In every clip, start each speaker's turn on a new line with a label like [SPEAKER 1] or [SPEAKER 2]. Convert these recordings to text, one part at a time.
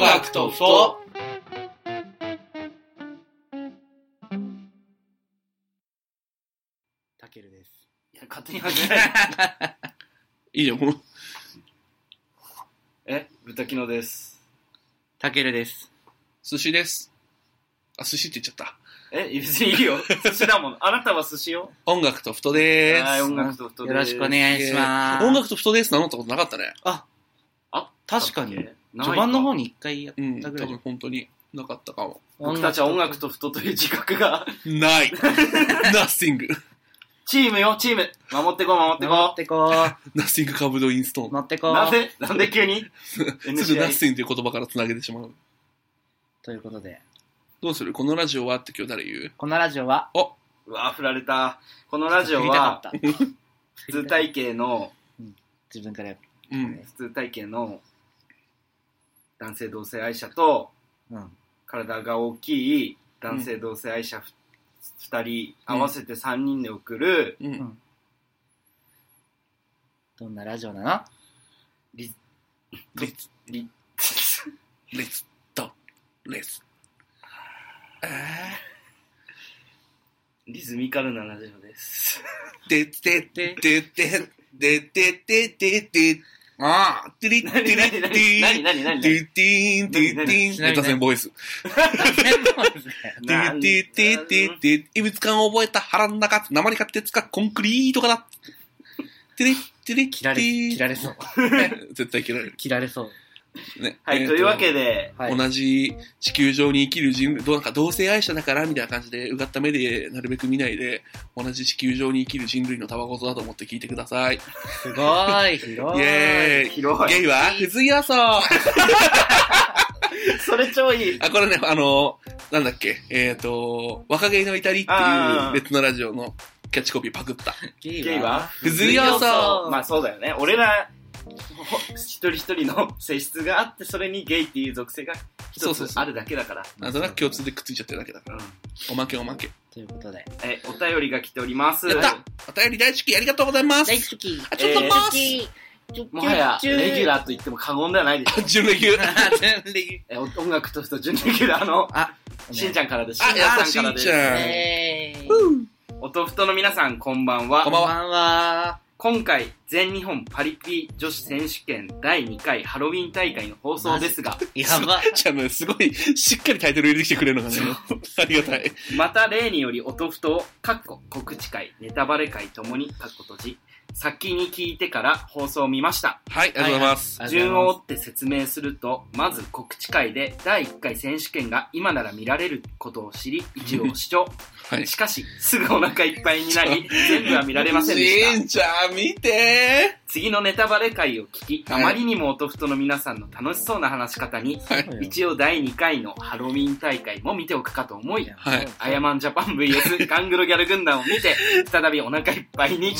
[SPEAKER 1] 学とふと
[SPEAKER 2] たけるです。
[SPEAKER 1] いや勝手に始 めない
[SPEAKER 3] いいじゃん、この。
[SPEAKER 1] えブタキノです
[SPEAKER 2] たけるです。
[SPEAKER 3] 寿司です。あ、寿司って言っちゃっ
[SPEAKER 1] え別にい いよ寿司だもんあなたは寿司よ
[SPEAKER 3] た。音楽と太でーす。
[SPEAKER 1] はい音楽とふと
[SPEAKER 2] よ
[SPEAKER 1] です
[SPEAKER 2] ろしくお願いします。
[SPEAKER 3] 音楽と太です名乗ったことなかったね。
[SPEAKER 1] あ
[SPEAKER 2] 確かに
[SPEAKER 1] だっけない
[SPEAKER 2] 序盤の方に一回やっ
[SPEAKER 3] うん、
[SPEAKER 2] た
[SPEAKER 3] 多
[SPEAKER 2] ぐらい
[SPEAKER 3] 分本当になかったかも。
[SPEAKER 1] 僕たちは音楽とふとという自覚が
[SPEAKER 3] ない。ナッシング。
[SPEAKER 1] チームよチーム守ってこう守って
[SPEAKER 2] 乗っ
[SPEAKER 1] こ
[SPEAKER 2] てこ
[SPEAKER 3] ナッシングカブドインスト
[SPEAKER 2] う。
[SPEAKER 3] ー
[SPEAKER 2] 乗ってこ
[SPEAKER 1] う
[SPEAKER 2] う。
[SPEAKER 1] なんでなんで 急に
[SPEAKER 3] ン。すぐナッ
[SPEAKER 1] NCI
[SPEAKER 3] シングという言葉から繋げてしまう。
[SPEAKER 2] ということで、
[SPEAKER 3] どうするこのラジオはって今日誰言う
[SPEAKER 2] このラジオは、
[SPEAKER 1] うわ振られたこのラジオ
[SPEAKER 2] 振りたか
[SPEAKER 1] は
[SPEAKER 2] った
[SPEAKER 1] 普通体系の
[SPEAKER 2] 自分からやる。
[SPEAKER 3] うん。
[SPEAKER 1] 普通体系の男性同性愛者と
[SPEAKER 2] うん。
[SPEAKER 1] 体が大きい男性同性愛者ふ2人合わせて3人で送る
[SPEAKER 3] うん。
[SPEAKER 2] うんどんなラジオな
[SPEAKER 3] レッツ、
[SPEAKER 1] り
[SPEAKER 3] レッツ、ドン、レッツ。あ
[SPEAKER 1] リズミカルなラジオです。
[SPEAKER 3] ー、でってってってって、でってってってって、あー、てりって
[SPEAKER 1] 何
[SPEAKER 3] りって
[SPEAKER 1] 何何何
[SPEAKER 3] り、
[SPEAKER 1] 何
[SPEAKER 3] ドゥ
[SPEAKER 1] 何
[SPEAKER 3] ッティーン、ドゥッティーン、
[SPEAKER 2] 何何
[SPEAKER 3] メタセンボイス。
[SPEAKER 2] の
[SPEAKER 3] て
[SPEAKER 1] 何
[SPEAKER 3] てててて、異物感を覚えた腹の中、鉛か鉄かコンクリートかだ。てれて れ
[SPEAKER 2] 切られ、切られそう。
[SPEAKER 3] 絶対切られる。
[SPEAKER 2] 切られそう。
[SPEAKER 3] ね。
[SPEAKER 1] はい、
[SPEAKER 3] えー
[SPEAKER 1] というわけで、
[SPEAKER 2] はい。
[SPEAKER 3] 同じ地球上に生きる人類、どうなんか同性愛者だからみたいな感じで、うがった目でなるべく見ないで、同じ地球上に生きる人類のタバコだと思って聞いてください。
[SPEAKER 2] すごーい、
[SPEAKER 3] イ
[SPEAKER 2] 広い。
[SPEAKER 3] エーイ
[SPEAKER 1] 広い。
[SPEAKER 3] ゲイは不随要素あ、
[SPEAKER 1] それ超いい。
[SPEAKER 3] これね、あの、なんだっけ、えっ、と、若芸の至りって
[SPEAKER 1] あ
[SPEAKER 3] いう
[SPEAKER 1] ー
[SPEAKER 3] 別のラジオのキャッチコピーパクった。
[SPEAKER 2] ゲ
[SPEAKER 1] ゲイは
[SPEAKER 3] 不随要素
[SPEAKER 1] まあそうだよね。俺ら、ほ一人一人の性質があって、それにゲイっていう属性が
[SPEAKER 3] そ
[SPEAKER 1] 一
[SPEAKER 3] うそ
[SPEAKER 1] つ
[SPEAKER 3] うそう
[SPEAKER 1] あるだけだから。
[SPEAKER 3] なんとなく共通でくっついちゃってるだけだから。
[SPEAKER 1] うん
[SPEAKER 3] おまけおまけ。
[SPEAKER 2] ということで。
[SPEAKER 1] え、お便りが来ております。
[SPEAKER 3] やったお便り大好きありがとうございます
[SPEAKER 2] 大好き。
[SPEAKER 3] あ、ちょっと
[SPEAKER 1] えー
[SPEAKER 3] 待って、
[SPEAKER 1] もはや、レギュ
[SPEAKER 2] ー。
[SPEAKER 1] ラーと言っても過言ではないです。
[SPEAKER 3] あ、準レギュ
[SPEAKER 2] レギュ
[SPEAKER 1] え、お音楽として準レギュラーの、
[SPEAKER 2] ラー。
[SPEAKER 1] しんちゃんからです。
[SPEAKER 3] あ、やった、
[SPEAKER 1] しん
[SPEAKER 3] し
[SPEAKER 1] ちゃんから
[SPEAKER 3] ん
[SPEAKER 1] で
[SPEAKER 3] ち
[SPEAKER 1] す。
[SPEAKER 3] ゃん。
[SPEAKER 2] えー
[SPEAKER 1] おとふとの皆さん、こんばんは。
[SPEAKER 3] こんばん
[SPEAKER 2] こん
[SPEAKER 3] は
[SPEAKER 2] ばんは。
[SPEAKER 1] 今回、全日本パリピ女子選手権第2回ハロウィン大会の放送です が、
[SPEAKER 2] やば。
[SPEAKER 3] ちゃんのすごい、しっかりタイトル入れてきてくれるのがね、ありがたい。
[SPEAKER 1] また例により音ふとを、かっこ告知会、ネタバレ会ともに、かっこ閉じ、先に聞いてから放送を見ました。
[SPEAKER 3] はい、ありがとうございます。
[SPEAKER 1] 順を追って説明すると、まず告知会で第1回選手権が今なら見られることを知り、一応主張。
[SPEAKER 3] はい。
[SPEAKER 1] しかし、すぐお腹いっぱいにな り、全部は見られませんでした。
[SPEAKER 3] しんちゃん、見て
[SPEAKER 1] 次のネタバレ会を聞き、
[SPEAKER 3] はい
[SPEAKER 1] あまりにも音ふとの皆さんの楽しそうな話し方に、
[SPEAKER 3] はい。
[SPEAKER 1] 一応第2回のハロウィン大会も見ておくかと思い、
[SPEAKER 3] はい
[SPEAKER 1] アヤマンジャパン VS ガングロギャル軍団を見て、再びお腹いっぱいに。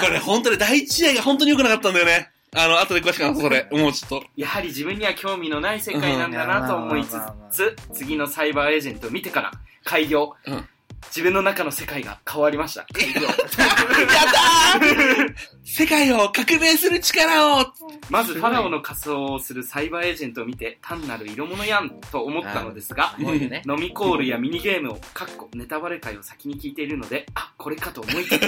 [SPEAKER 3] これ本当に第一試合が本当に良くなかったんだよね。あの、後で詳しく話そう、それ。もうちょっと。
[SPEAKER 1] やはり自分には興味のない世界なんだなと思いつつ、次のサイバーエージェントを見てから、開業。
[SPEAKER 3] うん
[SPEAKER 1] 自分の中の世界が変わりました。開業。
[SPEAKER 3] やったー世界を革命する力を
[SPEAKER 1] まずファラオの仮装をするサイバーエージェントを見て、単なる色物やんと思ったのですが、
[SPEAKER 2] もうね。
[SPEAKER 1] 飲みコールやミニゲームを、かっこ、ネタバレ会を先に聞いているので、あ、これかと思いつつ、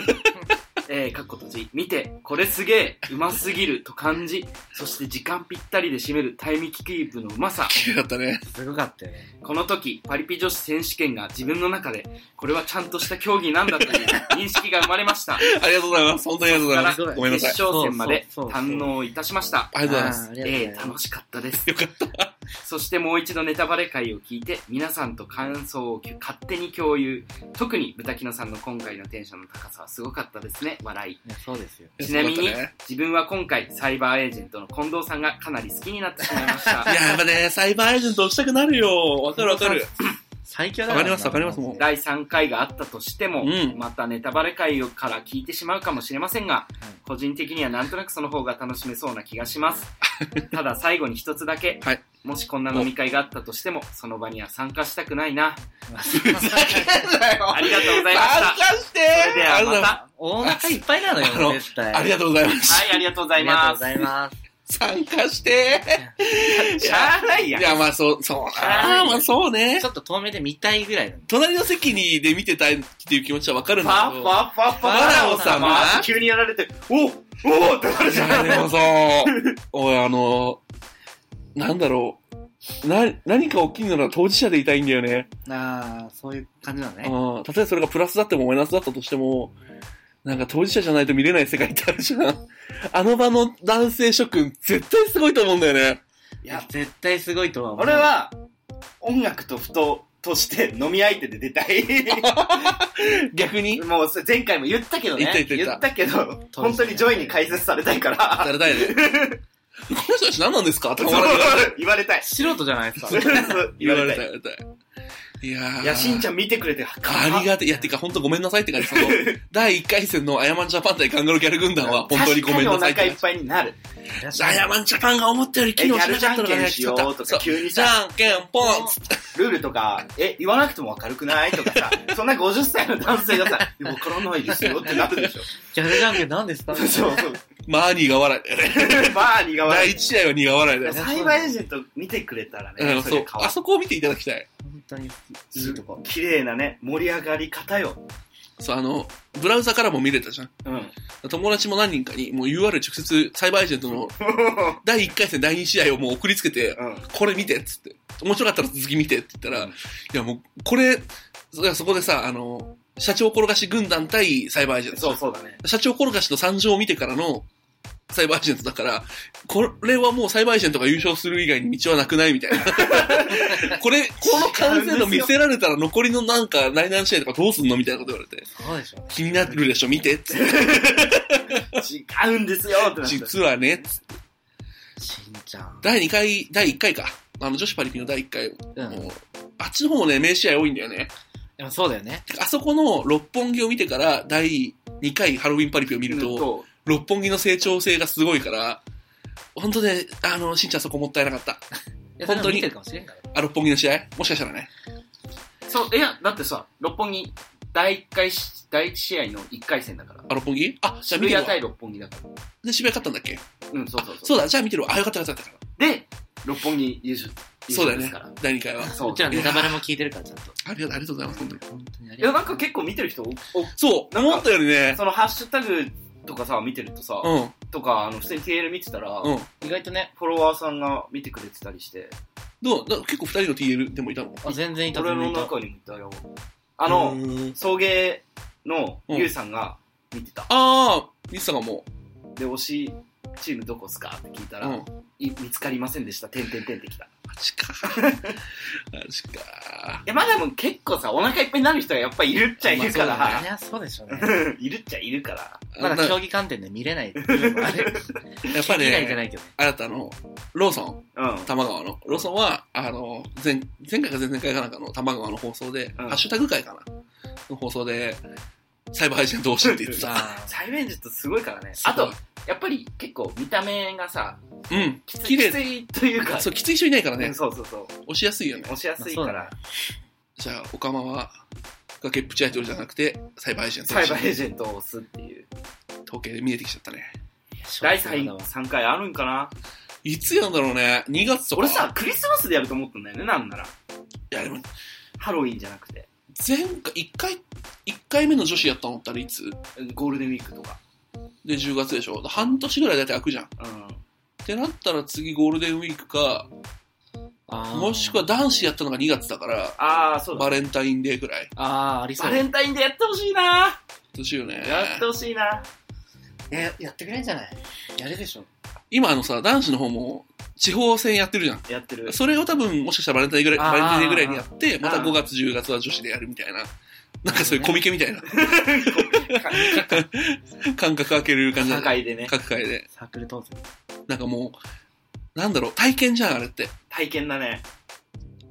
[SPEAKER 1] えー、かっこ閉じ、見て、これすげえ、うますぎると感じ、そして時間ぴったりで締めるタイミキキープのうまさ。
[SPEAKER 3] 綺麗だったね。
[SPEAKER 2] すごかったよね。
[SPEAKER 1] この時、パリピ女子選手権が自分の中で、これはちゃんとした競技なんだという認識が生まれま した。
[SPEAKER 3] ありがとうございます。本当にありがとうございます。ごめんな
[SPEAKER 1] 決
[SPEAKER 3] さい。
[SPEAKER 1] 勝戦まで
[SPEAKER 2] そうそうそうそう
[SPEAKER 1] 堪能いたしました。
[SPEAKER 3] ありがとうございます。
[SPEAKER 2] ありがとうござい
[SPEAKER 1] え
[SPEAKER 2] ま
[SPEAKER 1] ー、
[SPEAKER 2] す
[SPEAKER 1] 楽しかったです。
[SPEAKER 3] よかった。
[SPEAKER 1] そしてもう一度ネタバレ会を聞いて、皆さんと感想を勝手に共有。特にブタキノさんの今回のテンションの高さはすごかったですね。笑い。
[SPEAKER 2] いやそうですよ。
[SPEAKER 1] ちなみに
[SPEAKER 3] よかったね
[SPEAKER 1] 自分は今回、サイバーエージェントの近藤さんがかなり好きになってしまいました
[SPEAKER 3] い。や、やっぱね、サイバーエージェントしたくなるよ。わかるわかる。
[SPEAKER 2] 最強だ
[SPEAKER 3] わかりますわかります、もう。
[SPEAKER 1] 第3回があったとしても、
[SPEAKER 3] うん
[SPEAKER 1] またネタバレ会から聞いてしまうかもしれませんが、個人的にはなんとなくその方が楽しめそうな気がし ます。ただ最後に一つだけ、
[SPEAKER 3] はい
[SPEAKER 1] もしこんな飲み会があったとしても、その場には参加したくないな。
[SPEAKER 3] ふざけんなよ
[SPEAKER 1] ありがとうございました。
[SPEAKER 3] 参加して
[SPEAKER 1] それではまた。
[SPEAKER 2] 大腹いっぱいなの
[SPEAKER 3] あの
[SPEAKER 2] よ、絶対。
[SPEAKER 3] ありがとうございます。
[SPEAKER 1] はい、ありがとうござ
[SPEAKER 2] あ
[SPEAKER 1] い
[SPEAKER 2] りがとう
[SPEAKER 1] ま
[SPEAKER 2] ご
[SPEAKER 1] す
[SPEAKER 2] ざ。います。
[SPEAKER 3] 参加して
[SPEAKER 1] しゃあないやん
[SPEAKER 3] い。や、まあ、そう、そう。ああ、まあ、そうね
[SPEAKER 2] ち。ょっと遠目で見たいぐらいなんだ
[SPEAKER 3] 隣の席にで見てたいっていう気持ちはわかるんだ
[SPEAKER 1] パ
[SPEAKER 3] け
[SPEAKER 1] ッ
[SPEAKER 3] ど。
[SPEAKER 1] パッパッパ
[SPEAKER 3] ファラオ様
[SPEAKER 1] 急にやられて、おおおってなる
[SPEAKER 3] い
[SPEAKER 1] じゃん。
[SPEAKER 3] や、でもそう。おい、あの、なんだろう。な、何か起きるなら当事者でいたいんだよね。
[SPEAKER 2] ああ、そういう感じなの
[SPEAKER 3] うん。例
[SPEAKER 2] ね。
[SPEAKER 3] えばそれがプラスだってもマイナスだったとしても、なんか当事者じゃないと見れない世界ってあるじゃん。あの場の男性諸君、絶対すごいと思うんだよね。
[SPEAKER 1] い
[SPEAKER 2] い
[SPEAKER 1] や
[SPEAKER 2] や、絶対すごいとは思う。
[SPEAKER 1] 俺、は、音楽とふと、として飲み相手で出たい。
[SPEAKER 3] 逆に。
[SPEAKER 1] もうそれ前回も言ったけどね。
[SPEAKER 3] 言った言った
[SPEAKER 1] けど、本当にジョイに解説されたいから、
[SPEAKER 3] されたいね。この人たち何なんですかって
[SPEAKER 1] そう
[SPEAKER 3] 思われる
[SPEAKER 1] 言われたい。
[SPEAKER 2] 素人じゃない ですか。
[SPEAKER 1] そう言
[SPEAKER 3] 言
[SPEAKER 1] わ
[SPEAKER 3] わ
[SPEAKER 1] れ
[SPEAKER 3] れた
[SPEAKER 1] た
[SPEAKER 3] い
[SPEAKER 1] い。。
[SPEAKER 3] 言われたい。いやー。
[SPEAKER 1] いや、しんちゃん見てくれて、
[SPEAKER 3] ありがていや、てか、本当ごめんなさいって感じ。その、第1回戦のアヤマンジャパン対カンガルーギャル軍団は、本当にごめんなさい
[SPEAKER 1] 確かにお腹い
[SPEAKER 3] って
[SPEAKER 1] っぱいになる。
[SPEAKER 2] 確
[SPEAKER 3] 感じ。アヤ
[SPEAKER 2] か
[SPEAKER 3] マンジャパンが思ったより機
[SPEAKER 1] え、
[SPEAKER 3] 能
[SPEAKER 1] や
[SPEAKER 3] し
[SPEAKER 1] る
[SPEAKER 3] な
[SPEAKER 1] じ
[SPEAKER 3] か
[SPEAKER 1] ゃ
[SPEAKER 3] っ
[SPEAKER 1] ん
[SPEAKER 3] たの
[SPEAKER 1] け
[SPEAKER 3] が
[SPEAKER 1] ん
[SPEAKER 3] ね、
[SPEAKER 1] しようとか、
[SPEAKER 3] そう
[SPEAKER 1] 急に
[SPEAKER 3] じ
[SPEAKER 1] さ、
[SPEAKER 3] ゃんけんぽんっつって
[SPEAKER 1] ルールとか、え、言わなくてもわかるくないとか さ、そんな50歳の男性がさ、いやわからないですよってなるで しょ。
[SPEAKER 2] に。ギャルジャンケン何ですか
[SPEAKER 1] そうそう。
[SPEAKER 3] まあ、苦笑いだよね。
[SPEAKER 1] まあ、苦笑
[SPEAKER 3] 第
[SPEAKER 1] い。
[SPEAKER 3] 1試合は苦笑いだよ。
[SPEAKER 1] サイバーエージェント見てくれたら
[SPEAKER 3] う
[SPEAKER 1] ね、
[SPEAKER 3] ん、
[SPEAKER 1] そ
[SPEAKER 3] そ
[SPEAKER 1] れ
[SPEAKER 3] う。
[SPEAKER 1] 変わ
[SPEAKER 3] あそこを見ていただきたい。
[SPEAKER 2] 本当にいいとこ
[SPEAKER 1] る。。綺麗なね、盛り上がり方よ。
[SPEAKER 3] そう、あの、ブラウザからも見れたじゃん。
[SPEAKER 1] うん。
[SPEAKER 3] 友達も何人かに、もう UR 直接、サイバーエージェント の第1回戦、第2試合をもう送りつけて、
[SPEAKER 1] うん。
[SPEAKER 3] これ見てっつって。面白かったら続き見てって言ったら、いやもう、これ、そいやそこでさ、あの、社長転がし軍団対サイバーエージェント。
[SPEAKER 1] そうそうだね。
[SPEAKER 3] 社長転がしの惨状を見てからのサイバーエージェントだから、これはもうサイバーエージェントが優勝する以外に道はなくないみたいな。 これ、この完成度見せられたら残りのなんか、内々試合とかどうすんのみたいなこと言われて。
[SPEAKER 2] そうでしょ。
[SPEAKER 3] 気になるでしょ見てっつって。
[SPEAKER 1] 違うんですよってなって。
[SPEAKER 3] 実はね、つって
[SPEAKER 2] しんちゃん。
[SPEAKER 3] 第2回、第1回か。あの、女子パリピの第1回
[SPEAKER 2] うん。
[SPEAKER 3] もうあっちの方もね、名試合多いんだよね。
[SPEAKER 2] でもそうだよね。
[SPEAKER 3] あそこの六本木を見てから第2回ハロウィンパリピを見ると、
[SPEAKER 1] と、
[SPEAKER 3] 六本木の成長性がすごいから、本当ね、あの、しんちゃんそこもったいなかった。
[SPEAKER 2] いや
[SPEAKER 3] 本当
[SPEAKER 2] それも見
[SPEAKER 3] に
[SPEAKER 2] てるかもしれんから。
[SPEAKER 3] あ、六本木の試合もしかしたらね。
[SPEAKER 1] そう、いや、だってさ、六本木、第1回し、第1試合の1回戦だから。
[SPEAKER 3] あ、六本木あ、じゃあ
[SPEAKER 1] 渋
[SPEAKER 3] 見てる
[SPEAKER 1] 谷
[SPEAKER 3] わ。
[SPEAKER 1] 対六本木だから。
[SPEAKER 3] で、渋谷勝ったんだっけ
[SPEAKER 1] うん、そうそうそ。
[SPEAKER 3] そううだ、じゃあ見てるわ。あ、よかったよかったよかっ
[SPEAKER 1] で、六本木優勝。
[SPEAKER 3] た。そうだよ
[SPEAKER 1] 優
[SPEAKER 3] ね
[SPEAKER 1] 勝で。
[SPEAKER 3] 第2回は。
[SPEAKER 1] すから。そう
[SPEAKER 2] うちらネタバレも聞いてるから、ちゃんと。
[SPEAKER 3] ありがとう、ありがとうございます、本当に。
[SPEAKER 2] 本当にあ
[SPEAKER 1] い
[SPEAKER 2] りが
[SPEAKER 1] や、
[SPEAKER 2] と
[SPEAKER 1] なんか結構見てる人多多
[SPEAKER 3] そう、思ったよりね、
[SPEAKER 1] そのハッシュタグとかさ、見てるとさ、
[SPEAKER 3] うん、
[SPEAKER 1] とか、あの、普通に TL 見てたら、
[SPEAKER 3] うん。
[SPEAKER 2] う。意外とね、
[SPEAKER 1] フォロワーさんが見てくれてたりして、
[SPEAKER 3] どうだ結構二人の TL でもいたの
[SPEAKER 2] あ全然いた、
[SPEAKER 1] 俺
[SPEAKER 2] 全然
[SPEAKER 1] の
[SPEAKER 2] いた。
[SPEAKER 1] 中にもいたよ。あの、
[SPEAKER 3] うーん
[SPEAKER 1] 送迎のゆうさんが見てた。
[SPEAKER 3] あー、ミスさんがも
[SPEAKER 1] で、推しチームどこっすかって聞いた
[SPEAKER 3] う、
[SPEAKER 1] ら、
[SPEAKER 3] うん。
[SPEAKER 1] い見つかりませんでした、てんてんてんってきた。
[SPEAKER 3] マジか。マジか。
[SPEAKER 1] え、まあでも結構さ、お腹いっぱいになる人がやっぱいるっちゃいるか
[SPEAKER 3] まあ
[SPEAKER 1] ら
[SPEAKER 2] い、や、そうでしょうね。
[SPEAKER 1] いるっちゃいるから。
[SPEAKER 2] まだ
[SPEAKER 3] あんな
[SPEAKER 2] 競技観点で見れないっていうのもある。
[SPEAKER 3] やっぱ
[SPEAKER 2] 見ないじゃな
[SPEAKER 3] ね、
[SPEAKER 2] いけどね。
[SPEAKER 3] あなたの、ローソン、
[SPEAKER 1] うん。
[SPEAKER 3] 玉川の、ローソンは、あの、前、前回か前々回かなんかの玉川の放送で、
[SPEAKER 1] うん
[SPEAKER 3] ハッシュタグ会かなの放送で、サイバー配信どうしようって言ってた。
[SPEAKER 2] さあ、
[SPEAKER 1] サイレンジェットすごいからね。あと、やっぱり結構見た目がさ、
[SPEAKER 3] すごい、うん、
[SPEAKER 1] きつ
[SPEAKER 3] 綺
[SPEAKER 1] いき
[SPEAKER 3] 麗
[SPEAKER 1] ついというか、
[SPEAKER 3] そう、きつい人いないから
[SPEAKER 1] う
[SPEAKER 3] ね
[SPEAKER 1] ん、そうそうそう。
[SPEAKER 3] 押しやすいよね。
[SPEAKER 1] 押しやすいから、
[SPEAKER 3] じゃあ、オカマは、崖っぷちアイドルじゃなくて、サイバー配信
[SPEAKER 1] サイバーエージェントを押すっていう。
[SPEAKER 3] 統計で見えてきちゃったね。
[SPEAKER 1] 第
[SPEAKER 2] 最後
[SPEAKER 1] 3, 三回あるんかない
[SPEAKER 3] つやんだろうね。2月とか。
[SPEAKER 1] 俺さ、クリスマスでやると思ったんだよね、なんなら。
[SPEAKER 3] いや、でも、
[SPEAKER 1] ハロウィンじゃなくて。
[SPEAKER 3] 前回、1回、一回目の女子やったのったらいつ
[SPEAKER 1] ゴールデンウィークとか。
[SPEAKER 3] で、10月でしょ。半年ぐらいだいたい開くじゃん。
[SPEAKER 1] うん。
[SPEAKER 3] ってなったら次ゴールデンウィークか、
[SPEAKER 2] あー
[SPEAKER 3] もしくは男子やったのが2月だから、
[SPEAKER 1] あー、そうだ。
[SPEAKER 3] バレンタインデーくらい。
[SPEAKER 2] あー、ありそ
[SPEAKER 1] バ
[SPEAKER 2] う。
[SPEAKER 1] レンタインでやってほしいな
[SPEAKER 3] 年よね。
[SPEAKER 1] やってほしいな
[SPEAKER 2] え、やってくれんじゃないやるでしょ。
[SPEAKER 3] 今あのさ、男子の方も地方戦やってるじゃん。
[SPEAKER 1] やってる。
[SPEAKER 3] それを多分もしかしたらバレンタインぐらい、
[SPEAKER 2] あー
[SPEAKER 3] バレンタインデーぐらいにやって、また
[SPEAKER 1] あー
[SPEAKER 3] 5月10月は女子でやるみたいな。なんかそういう
[SPEAKER 2] なるほどね
[SPEAKER 3] コミケみたいな感覚開ける感じ
[SPEAKER 1] 社
[SPEAKER 3] だね。
[SPEAKER 1] 会でね。
[SPEAKER 3] 各界で。
[SPEAKER 2] サークル当選。
[SPEAKER 3] なんかもう、なんだろう、体験じゃん、あれって。
[SPEAKER 1] 体験だね。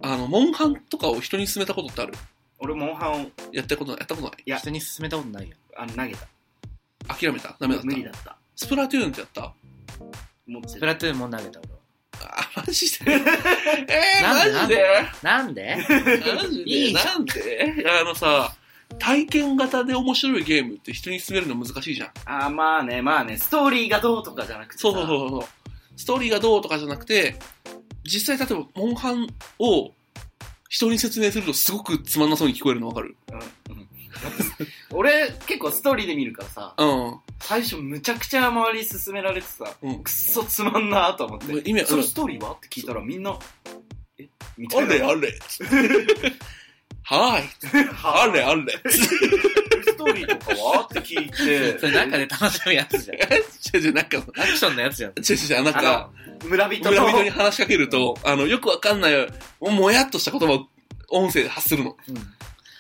[SPEAKER 3] あの、モンハンとかを人に勧めたことってある
[SPEAKER 1] 俺、モンハンを
[SPEAKER 3] やったことないやったことない
[SPEAKER 1] いや
[SPEAKER 2] 人に勧めたことないよ。
[SPEAKER 1] あの投げた。
[SPEAKER 3] 諦めたダメだった
[SPEAKER 1] 無理だった。
[SPEAKER 3] スプラトゥーンってやった
[SPEAKER 1] 持って
[SPEAKER 2] ス
[SPEAKER 1] る
[SPEAKER 2] プラトゥーンも投げた俺は。
[SPEAKER 3] あ、マジでえー、
[SPEAKER 2] な
[SPEAKER 3] マジ
[SPEAKER 2] んで
[SPEAKER 3] で
[SPEAKER 2] なんで
[SPEAKER 3] マジで
[SPEAKER 2] いいじ
[SPEAKER 3] なんであのさ、体験型で面白いゲームって人に勧めるの難しいじゃん。
[SPEAKER 1] あー、まあね、まあね、ストーリーがどうとかじゃなくてさ。
[SPEAKER 3] そうそうそうそう。ストーリーがどうとかじゃなくて、実際例えば、モンハンを人に説明するとすごくつまんなそうに聞こえるのわかる
[SPEAKER 1] うんうん俺、結構ストーリーで見るからさ、
[SPEAKER 3] うん。
[SPEAKER 1] 最初むちゃくちゃ周り進められてさ、
[SPEAKER 3] うん
[SPEAKER 1] くっそつまんなーと思って。
[SPEAKER 3] 意味
[SPEAKER 1] そのストーリーはって聞いたらみんな、えみた
[SPEAKER 3] あ
[SPEAKER 1] いな。
[SPEAKER 3] れあれはーい。あれあれ。
[SPEAKER 1] ストーリーとかはって聞い
[SPEAKER 2] そ
[SPEAKER 1] て、
[SPEAKER 2] れなんかで楽しむやつじゃん。
[SPEAKER 3] 違う違う、なんか、違う
[SPEAKER 2] アクションのやつじゃん。
[SPEAKER 3] 違う、なんか、
[SPEAKER 1] あの、村人の
[SPEAKER 3] 村人に話しかけると、あの、よくわかんない、ももやっとした言葉を音声で発するの。
[SPEAKER 2] うん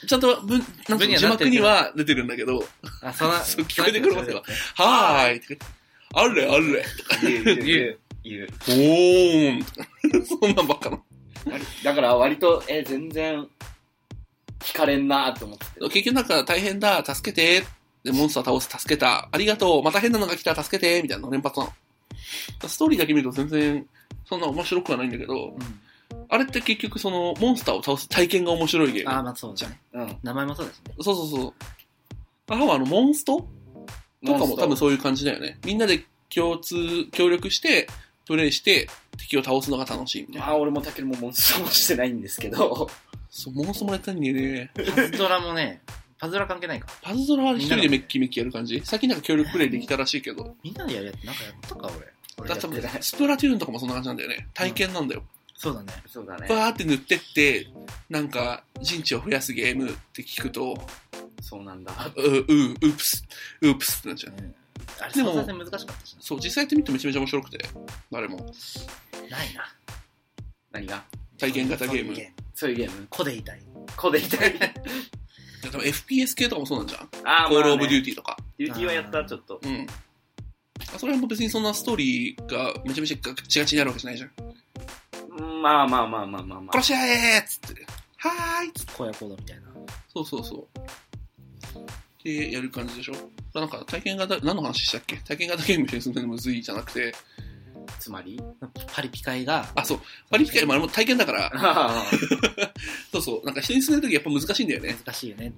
[SPEAKER 3] ちゃんと文、なんか
[SPEAKER 2] 文には
[SPEAKER 3] 字
[SPEAKER 2] なってるけ
[SPEAKER 3] 幕
[SPEAKER 2] ど
[SPEAKER 3] には出てるんだけど、
[SPEAKER 2] あ、そんな。
[SPEAKER 3] そう聞こえてくるわけだ
[SPEAKER 2] よ。
[SPEAKER 3] はーいとか言って、あれあれ、
[SPEAKER 1] 言う、言う
[SPEAKER 2] 言う。
[SPEAKER 1] 言う。
[SPEAKER 3] おーんとかそんなん ばっかな。
[SPEAKER 1] だから割と、え、全然、惹かれんなーって思ってて。
[SPEAKER 3] 結局なんか大変だ、助けて、で、モンスター倒す、助けた、ありがとう、また変なのが来た、助けて、みたいなの連発なの。ストーリーだけ見ると全然、そんな面白くはないんだけど、
[SPEAKER 2] うん
[SPEAKER 3] あれって結局その、モンスターを倒す体験が面白いゲーム。
[SPEAKER 2] あ、まあそうだね。
[SPEAKER 1] うん。
[SPEAKER 2] 名前もそうですね。
[SPEAKER 3] そうそうそう。あはあの、モンストとかも多分そういう感じだよね。みんなで共通、協力して、プレイして、敵を倒すのが楽しいみたいな。
[SPEAKER 1] あ、俺もタケルもモンストもしてないんですけど、
[SPEAKER 3] そう、モンストもやったんにね、
[SPEAKER 2] パズドラもね、パズドラ関係ないか。
[SPEAKER 3] パズドラは一人でメッキメッキやる感じ最近なんか協力プレイできたらしいけど。
[SPEAKER 2] みんなでやるやつなんかやったか、俺。俺や
[SPEAKER 3] だ
[SPEAKER 2] っ
[SPEAKER 3] っ
[SPEAKER 2] て
[SPEAKER 3] 多分
[SPEAKER 2] ない。、
[SPEAKER 3] スプラトゥーンとかもそんな感じなんだよね。体験なんだよ。
[SPEAKER 2] そうだね。
[SPEAKER 1] そうだね。
[SPEAKER 3] バーって塗ってって、なんか、陣地を増やすゲームって聞くと、
[SPEAKER 1] そうなんだ。
[SPEAKER 3] う、う、うープス、うープスってなっちゃう。
[SPEAKER 2] うんあれ、
[SPEAKER 3] でも
[SPEAKER 2] 操作性難しかったし
[SPEAKER 3] そう、実際やってみるとめちゃめちゃ面白くて、誰も。
[SPEAKER 2] な。ないな。
[SPEAKER 1] 何が
[SPEAKER 3] 体験型ゲー
[SPEAKER 2] そ
[SPEAKER 3] ム
[SPEAKER 2] ういう
[SPEAKER 1] そういうゲーム
[SPEAKER 2] 子でいたい。
[SPEAKER 1] コでいたい。
[SPEAKER 3] でも FPS 系とかもそうなんじゃん
[SPEAKER 1] あ
[SPEAKER 3] コールオブデュ
[SPEAKER 1] ー
[SPEAKER 3] ーティーとか。
[SPEAKER 1] デューティーはやった、ちょっと。
[SPEAKER 3] うん。あそれはもう別にそんなストーリーがめちゃめちゃガチガチになるわけじゃないじゃん。
[SPEAKER 1] うんまあまあまあまあまあまあ。
[SPEAKER 3] 殺し合えーっつって。はーいっつって
[SPEAKER 2] 荒野行動みたいな。
[SPEAKER 3] そうそうそう。で、やる感じでしょなんか体験型、何の話したっけ体験型ゲーム一緒にするのにむずいじゃなくて、
[SPEAKER 1] つまり
[SPEAKER 2] パリピ会が、
[SPEAKER 3] あ、そう、パリピカイもあれも体験だから、
[SPEAKER 1] ああ
[SPEAKER 3] そうそう、なんか人に住んでるときやっぱ難しいんだよね。
[SPEAKER 2] 難しいよね。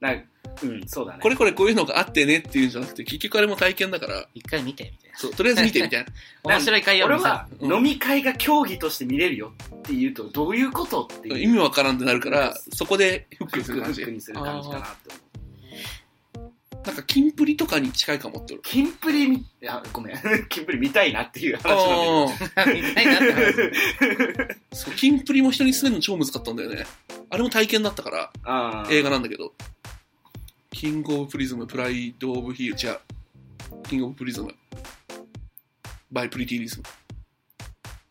[SPEAKER 1] なんかうん、そうだね。
[SPEAKER 3] これこれこういうのがあってねっていうんじゃなくて、結局あれも体験だから、
[SPEAKER 2] 一回見て、みたい
[SPEAKER 3] そう、とりあえず見てみたいな。
[SPEAKER 2] な。面白い会を
[SPEAKER 1] 俺
[SPEAKER 2] 見せる
[SPEAKER 1] は
[SPEAKER 3] うん
[SPEAKER 1] 飲み会が競技として見れるよって言うと、どういうことっていう。
[SPEAKER 3] 意味わからんってなるから、そこでフック
[SPEAKER 1] フ
[SPEAKER 3] にする感じ
[SPEAKER 1] ッ。クにする感じかなって思う。
[SPEAKER 3] なんか、キンプリとかに近いかもって俺。
[SPEAKER 1] キンプリみ、いや、ごめん。 キンプリ見たいなっていう話なんだ
[SPEAKER 3] ああ。
[SPEAKER 2] 見たいなって話
[SPEAKER 1] けど。
[SPEAKER 3] そう、キンプリも人に勧めるの超難かったんだよね。あれも体験だったから、
[SPEAKER 1] ああ
[SPEAKER 3] 映画なんだけど。キングオブプリズム、プライドオブヒール、違う。キングオブプリズム。バイプリティリズム。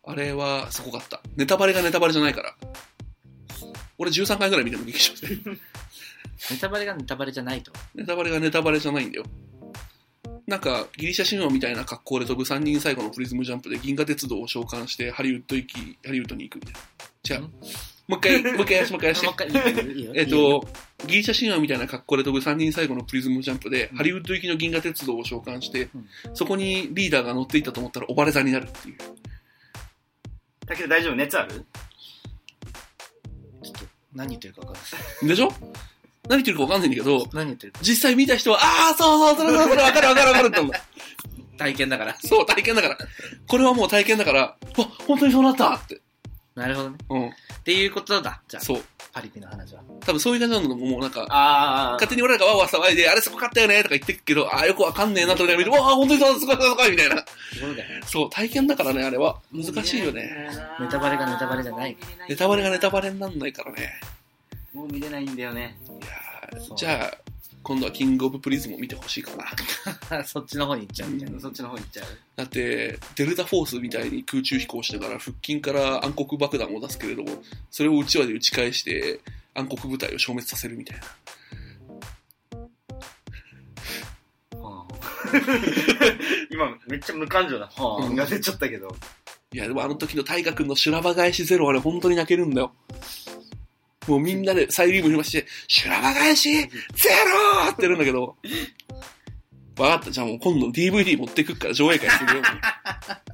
[SPEAKER 3] あれはすごかった。ネタバレがネタバレじゃないから。俺13回ぐらい見ても劇場で。
[SPEAKER 2] ネタバレがネタバレじゃないと。
[SPEAKER 3] ネタバレがネタバレじゃないんだよ。なんか、ギリシャ神話みたいな格好で飛ぶ3人最後のプリズムジャンプで銀河鉄道を召喚してハリウッド行き、ハリウッドに行くみたいな。違う。もう一回、もう一回やらして、もう一回やらして
[SPEAKER 2] もう一。回、いいよいいよ。
[SPEAKER 3] えっ
[SPEAKER 2] いいよ、
[SPEAKER 3] と、ギリシャ神話みたいな格好で飛ぶ3人最後のプリズムジャンプで、
[SPEAKER 2] うん
[SPEAKER 3] ハリウッド行きの銀河鉄道を召喚して、
[SPEAKER 2] うん
[SPEAKER 3] そこにリーダーが乗っていたと思ったら、おばれ座になるっていう。
[SPEAKER 1] だけど大丈夫熱ある
[SPEAKER 2] ちょっと、何言ってるか分かんない。
[SPEAKER 3] でしょ何言ってるかわかんないんだけど、
[SPEAKER 2] 何言ってるか。
[SPEAKER 3] 実際見た人は、ああ、そうそう、それそれそれ、わかるわかるわかるって思う。
[SPEAKER 2] 体験だから。
[SPEAKER 3] そう、体験だから。これはもう体験だから、わ、本当にそうなったって。
[SPEAKER 2] なるほどね。
[SPEAKER 3] うん。
[SPEAKER 2] っていうことだ。じゃあ、
[SPEAKER 3] そう。
[SPEAKER 2] パリピの話は。
[SPEAKER 3] 多分そういう感じなのも、もうなんか、
[SPEAKER 1] あ
[SPEAKER 3] 勝手に俺らがわーわー騒いで、あれすごかったよねとか言ってくけど、ああ、よくわかんねえなとか見て、わあ、本当にそう、すごいすごいすごいみたいな。
[SPEAKER 2] そうだよね。
[SPEAKER 3] そう、体験だからね、あれは。難しいよね。。
[SPEAKER 2] ネタバレがネタバレじゃない。
[SPEAKER 3] ネタバレがネタ
[SPEAKER 1] レ。
[SPEAKER 3] バレになんないからね。
[SPEAKER 1] もう見れないんだよね。
[SPEAKER 3] いや
[SPEAKER 2] そ
[SPEAKER 3] ー
[SPEAKER 2] う
[SPEAKER 3] じゃあ、今度はキングオブプリズムを見てほしいかな。
[SPEAKER 2] そっちの方に行っちゃうみたいな。
[SPEAKER 1] そっちの方行っちゃう。
[SPEAKER 3] だって、デルタフォースみたいに空中飛行しながら腹筋から暗黒爆弾を出すけれども、それをうちわで打ち返して暗黒部隊を消滅させるみたいな。
[SPEAKER 1] はあ今、めっちゃ無感情な。は
[SPEAKER 3] うん
[SPEAKER 1] あ、が出ちゃったけど。
[SPEAKER 3] いや、でもあの時の大河君の修羅場返しゼロあれ本当に泣けるんだよ。もうみんなでサイリウム振りまして、修羅場返しゼローってやるんだけど。わかった、じゃあもう今度 DVD 持ってくっから上映会するよ。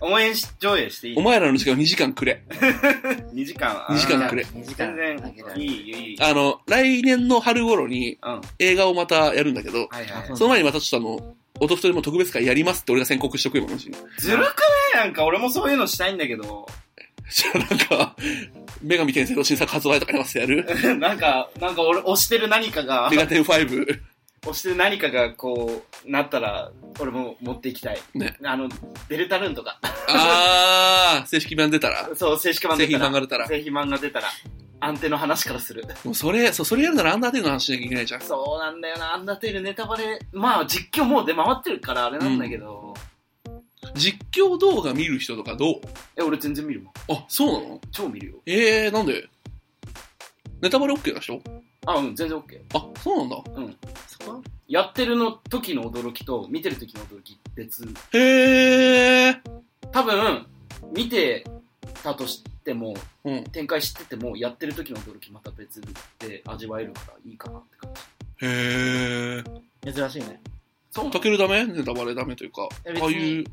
[SPEAKER 1] 応援し、上映していい
[SPEAKER 3] お前らの時間を2時間くれ。
[SPEAKER 1] ?2 時間。
[SPEAKER 3] 二時間くれ
[SPEAKER 2] 2時間
[SPEAKER 1] 全然
[SPEAKER 2] あげ、る。
[SPEAKER 1] いい、いい。
[SPEAKER 3] あの、来年の春頃に
[SPEAKER 1] うん。はい
[SPEAKER 3] 映画をまたやるんだけど、
[SPEAKER 1] はい。
[SPEAKER 3] その前にまたちょっとあの、音太でも特別会やりますって俺が宣告しとくよ、マジで。
[SPEAKER 1] ずるくないなんか俺もそういうのしたいんだけど、
[SPEAKER 3] じゃあなんか、女神転生の新作発売とかやりますやる
[SPEAKER 1] なんか、なんか俺、押してる何かが
[SPEAKER 3] メ、ガテン5。
[SPEAKER 1] 押してる何かがこう、なったら、俺も持っていきたい。
[SPEAKER 3] ね
[SPEAKER 1] あの、デルタルーンと か、
[SPEAKER 3] あー、正式版出たら。
[SPEAKER 1] そう、正式版
[SPEAKER 3] 製
[SPEAKER 1] 出
[SPEAKER 3] 品
[SPEAKER 1] た
[SPEAKER 3] 版
[SPEAKER 1] ら、
[SPEAKER 3] が出たら。
[SPEAKER 1] 製品版が出たら、安定の話からする。
[SPEAKER 3] もうそれ、そう、それやるならアンダーテイルの話しなきゃいけないじゃん。
[SPEAKER 1] そうなんだよな、アンダーテールネタバレ、まあ実況もう出回ってるからあれなんだけど、
[SPEAKER 3] 実況動画見る人とかどう
[SPEAKER 1] え、俺全然見るもん。
[SPEAKER 3] あ、そうなの
[SPEAKER 1] 超見るよ。
[SPEAKER 3] えー、なんでネタバレ OK な人
[SPEAKER 1] あ、うん、全然 OK。
[SPEAKER 3] あ、そうなんだ。
[SPEAKER 1] そこはやってるの時の驚きと、見てる時の驚き、別。
[SPEAKER 3] へー。
[SPEAKER 1] 多分、見てたとしても、
[SPEAKER 3] うん。
[SPEAKER 1] 展開知ってても、やってる時の驚きまた別で味わえるからいいかなって感じ。
[SPEAKER 3] へー。
[SPEAKER 2] 珍しいね。
[SPEAKER 1] そう
[SPEAKER 3] たけるダメネタバレダメというか、
[SPEAKER 2] え別
[SPEAKER 3] あ
[SPEAKER 2] に
[SPEAKER 3] あいう、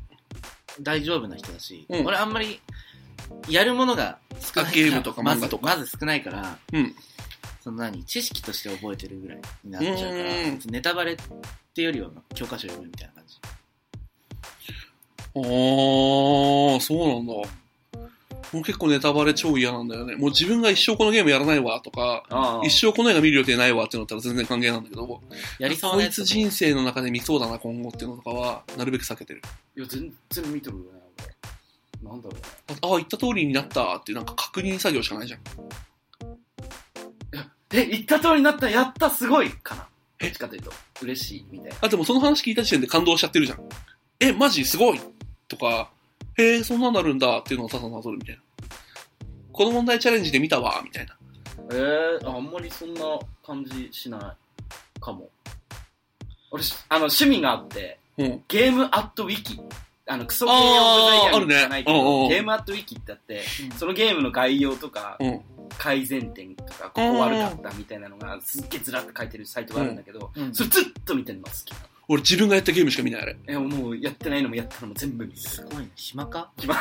[SPEAKER 2] 大丈夫な人だし、
[SPEAKER 3] うん
[SPEAKER 2] 俺あんまり、やるものが少ない
[SPEAKER 3] あゲームとか漫画と
[SPEAKER 2] か。まず、まず少ないから、
[SPEAKER 3] うん
[SPEAKER 2] その何、知識として覚えてるぐらいになっちゃうから
[SPEAKER 3] うん、
[SPEAKER 2] ネタバレっていうよりは、教科書読むみたいな感じ。
[SPEAKER 3] あー、そうなんだ。もう結構ネタバレ超嫌なんだよね。もう自分が一生このゲームやらないわとか、
[SPEAKER 1] ああ
[SPEAKER 3] 一生この映画見る予定ないわってなったら全然歓迎なんだけど、
[SPEAKER 2] やりそう
[SPEAKER 3] こ
[SPEAKER 2] ないやつ
[SPEAKER 3] つ
[SPEAKER 2] とか
[SPEAKER 3] 人生の中で見そうだな今後っていうのとかは、なるべく避けてる。
[SPEAKER 1] いや、全然見とるよね、俺。なんだろ
[SPEAKER 3] ああ、言った通りになったっていうなんか確認作業しかないじゃん。
[SPEAKER 1] うね。え、言った通りになった、やった、すごいかな。どっちかというと、嬉しい、みたいな。
[SPEAKER 3] あ、でもその話聞いた時点で感動しちゃってるじゃん。え、マジすごいとか、へえ、そんなんなるんだっていうのをささなぞるみたいな。この問題チャレンジで見たわ、みたいな。
[SPEAKER 1] えー、あんまりそんな感じしないかも。俺、しあの、趣味があって、
[SPEAKER 3] うん。
[SPEAKER 1] ゲームアットウィキ。あの、クソゲー
[SPEAKER 3] あー
[SPEAKER 1] オブザイヤーじゃないけ
[SPEAKER 3] あるねうんうんう
[SPEAKER 1] ど、
[SPEAKER 3] ん
[SPEAKER 1] ゲームアットウィキってあって
[SPEAKER 2] うん、
[SPEAKER 1] そのゲームの概要とか、
[SPEAKER 3] うん。
[SPEAKER 1] 改善点とか、ここ悪かったみたいなのが、すっげえずらっと書いてるサイトがあるんだけど、
[SPEAKER 2] うん
[SPEAKER 1] それずっと見てるの好きなの。
[SPEAKER 3] 俺自分がやったゲームしか見ない、あれ。
[SPEAKER 1] え、もうやってないのもやったのも全部見て
[SPEAKER 2] す
[SPEAKER 1] る。
[SPEAKER 2] ごいね。暇か
[SPEAKER 1] 暇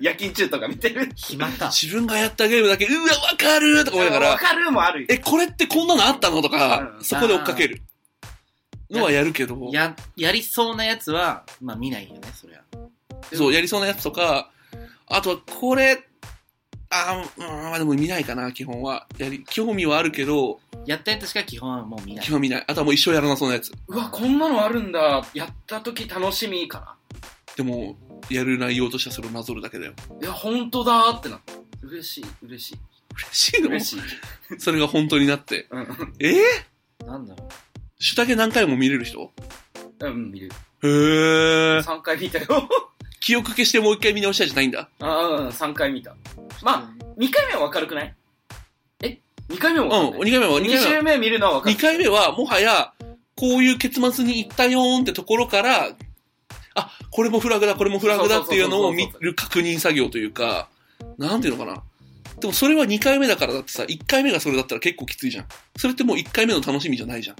[SPEAKER 1] 夜勤中とか見てる。
[SPEAKER 2] 暇か。
[SPEAKER 3] 自分がやったゲームだけ、うわ、わかるとか思いなが
[SPEAKER 1] わ
[SPEAKER 3] ら、
[SPEAKER 1] かるもあるよ。
[SPEAKER 3] え、これってこんなのあったのとか、
[SPEAKER 1] うん
[SPEAKER 3] そこで追っかける。のはやるけ ど、
[SPEAKER 2] や、やりそうなやつは、まあ見ないよね、そりゃ。
[SPEAKER 3] そう、やりそうなやつとか、あとはこれ、あーうん、まあでも見ないかな、基本は。やり、興味はあるけど、
[SPEAKER 2] やったやつしか基本はもう見ない
[SPEAKER 3] 基。本見ない。あとはもう一生やらなそうなやつ。
[SPEAKER 1] うわ、こんなのあるんだ。やった時楽しみかな。
[SPEAKER 3] でも、やる内容としてはそれをなぞるだけだよ。
[SPEAKER 1] いや、本当だーってなった。嬉しい、嬉しい。
[SPEAKER 3] 嬉しいの
[SPEAKER 1] 嬉しい。
[SPEAKER 3] それが本当になって。
[SPEAKER 1] うん、
[SPEAKER 3] えー、
[SPEAKER 2] なんだろう。
[SPEAKER 3] 主だけ何回も見れる人
[SPEAKER 1] うん、見る。
[SPEAKER 3] へー。
[SPEAKER 1] 3回見たよ。
[SPEAKER 3] 記憶消してもう一回見直したいじゃないんだ。
[SPEAKER 1] ああ、3回見た。ま
[SPEAKER 2] あ、
[SPEAKER 1] 2回目は明るくないえ ?2 回目は
[SPEAKER 3] うん、
[SPEAKER 1] 分か
[SPEAKER 3] 2
[SPEAKER 1] る
[SPEAKER 3] 回目は、
[SPEAKER 1] 2
[SPEAKER 3] 2回目
[SPEAKER 1] 週
[SPEAKER 3] は。
[SPEAKER 1] 目見るのは分
[SPEAKER 3] 二
[SPEAKER 1] かる。
[SPEAKER 3] 回目は、もはや、こういう結末に行ったよーんってところから、あ、これもフラグだ、これもフラグだっていうのを見る確認作業というか、なんていうのかな。でもそれは2回目だからだってさ、1回目がそれだったら結構きついじゃん。それってもう1回目の楽しみじゃないじゃん。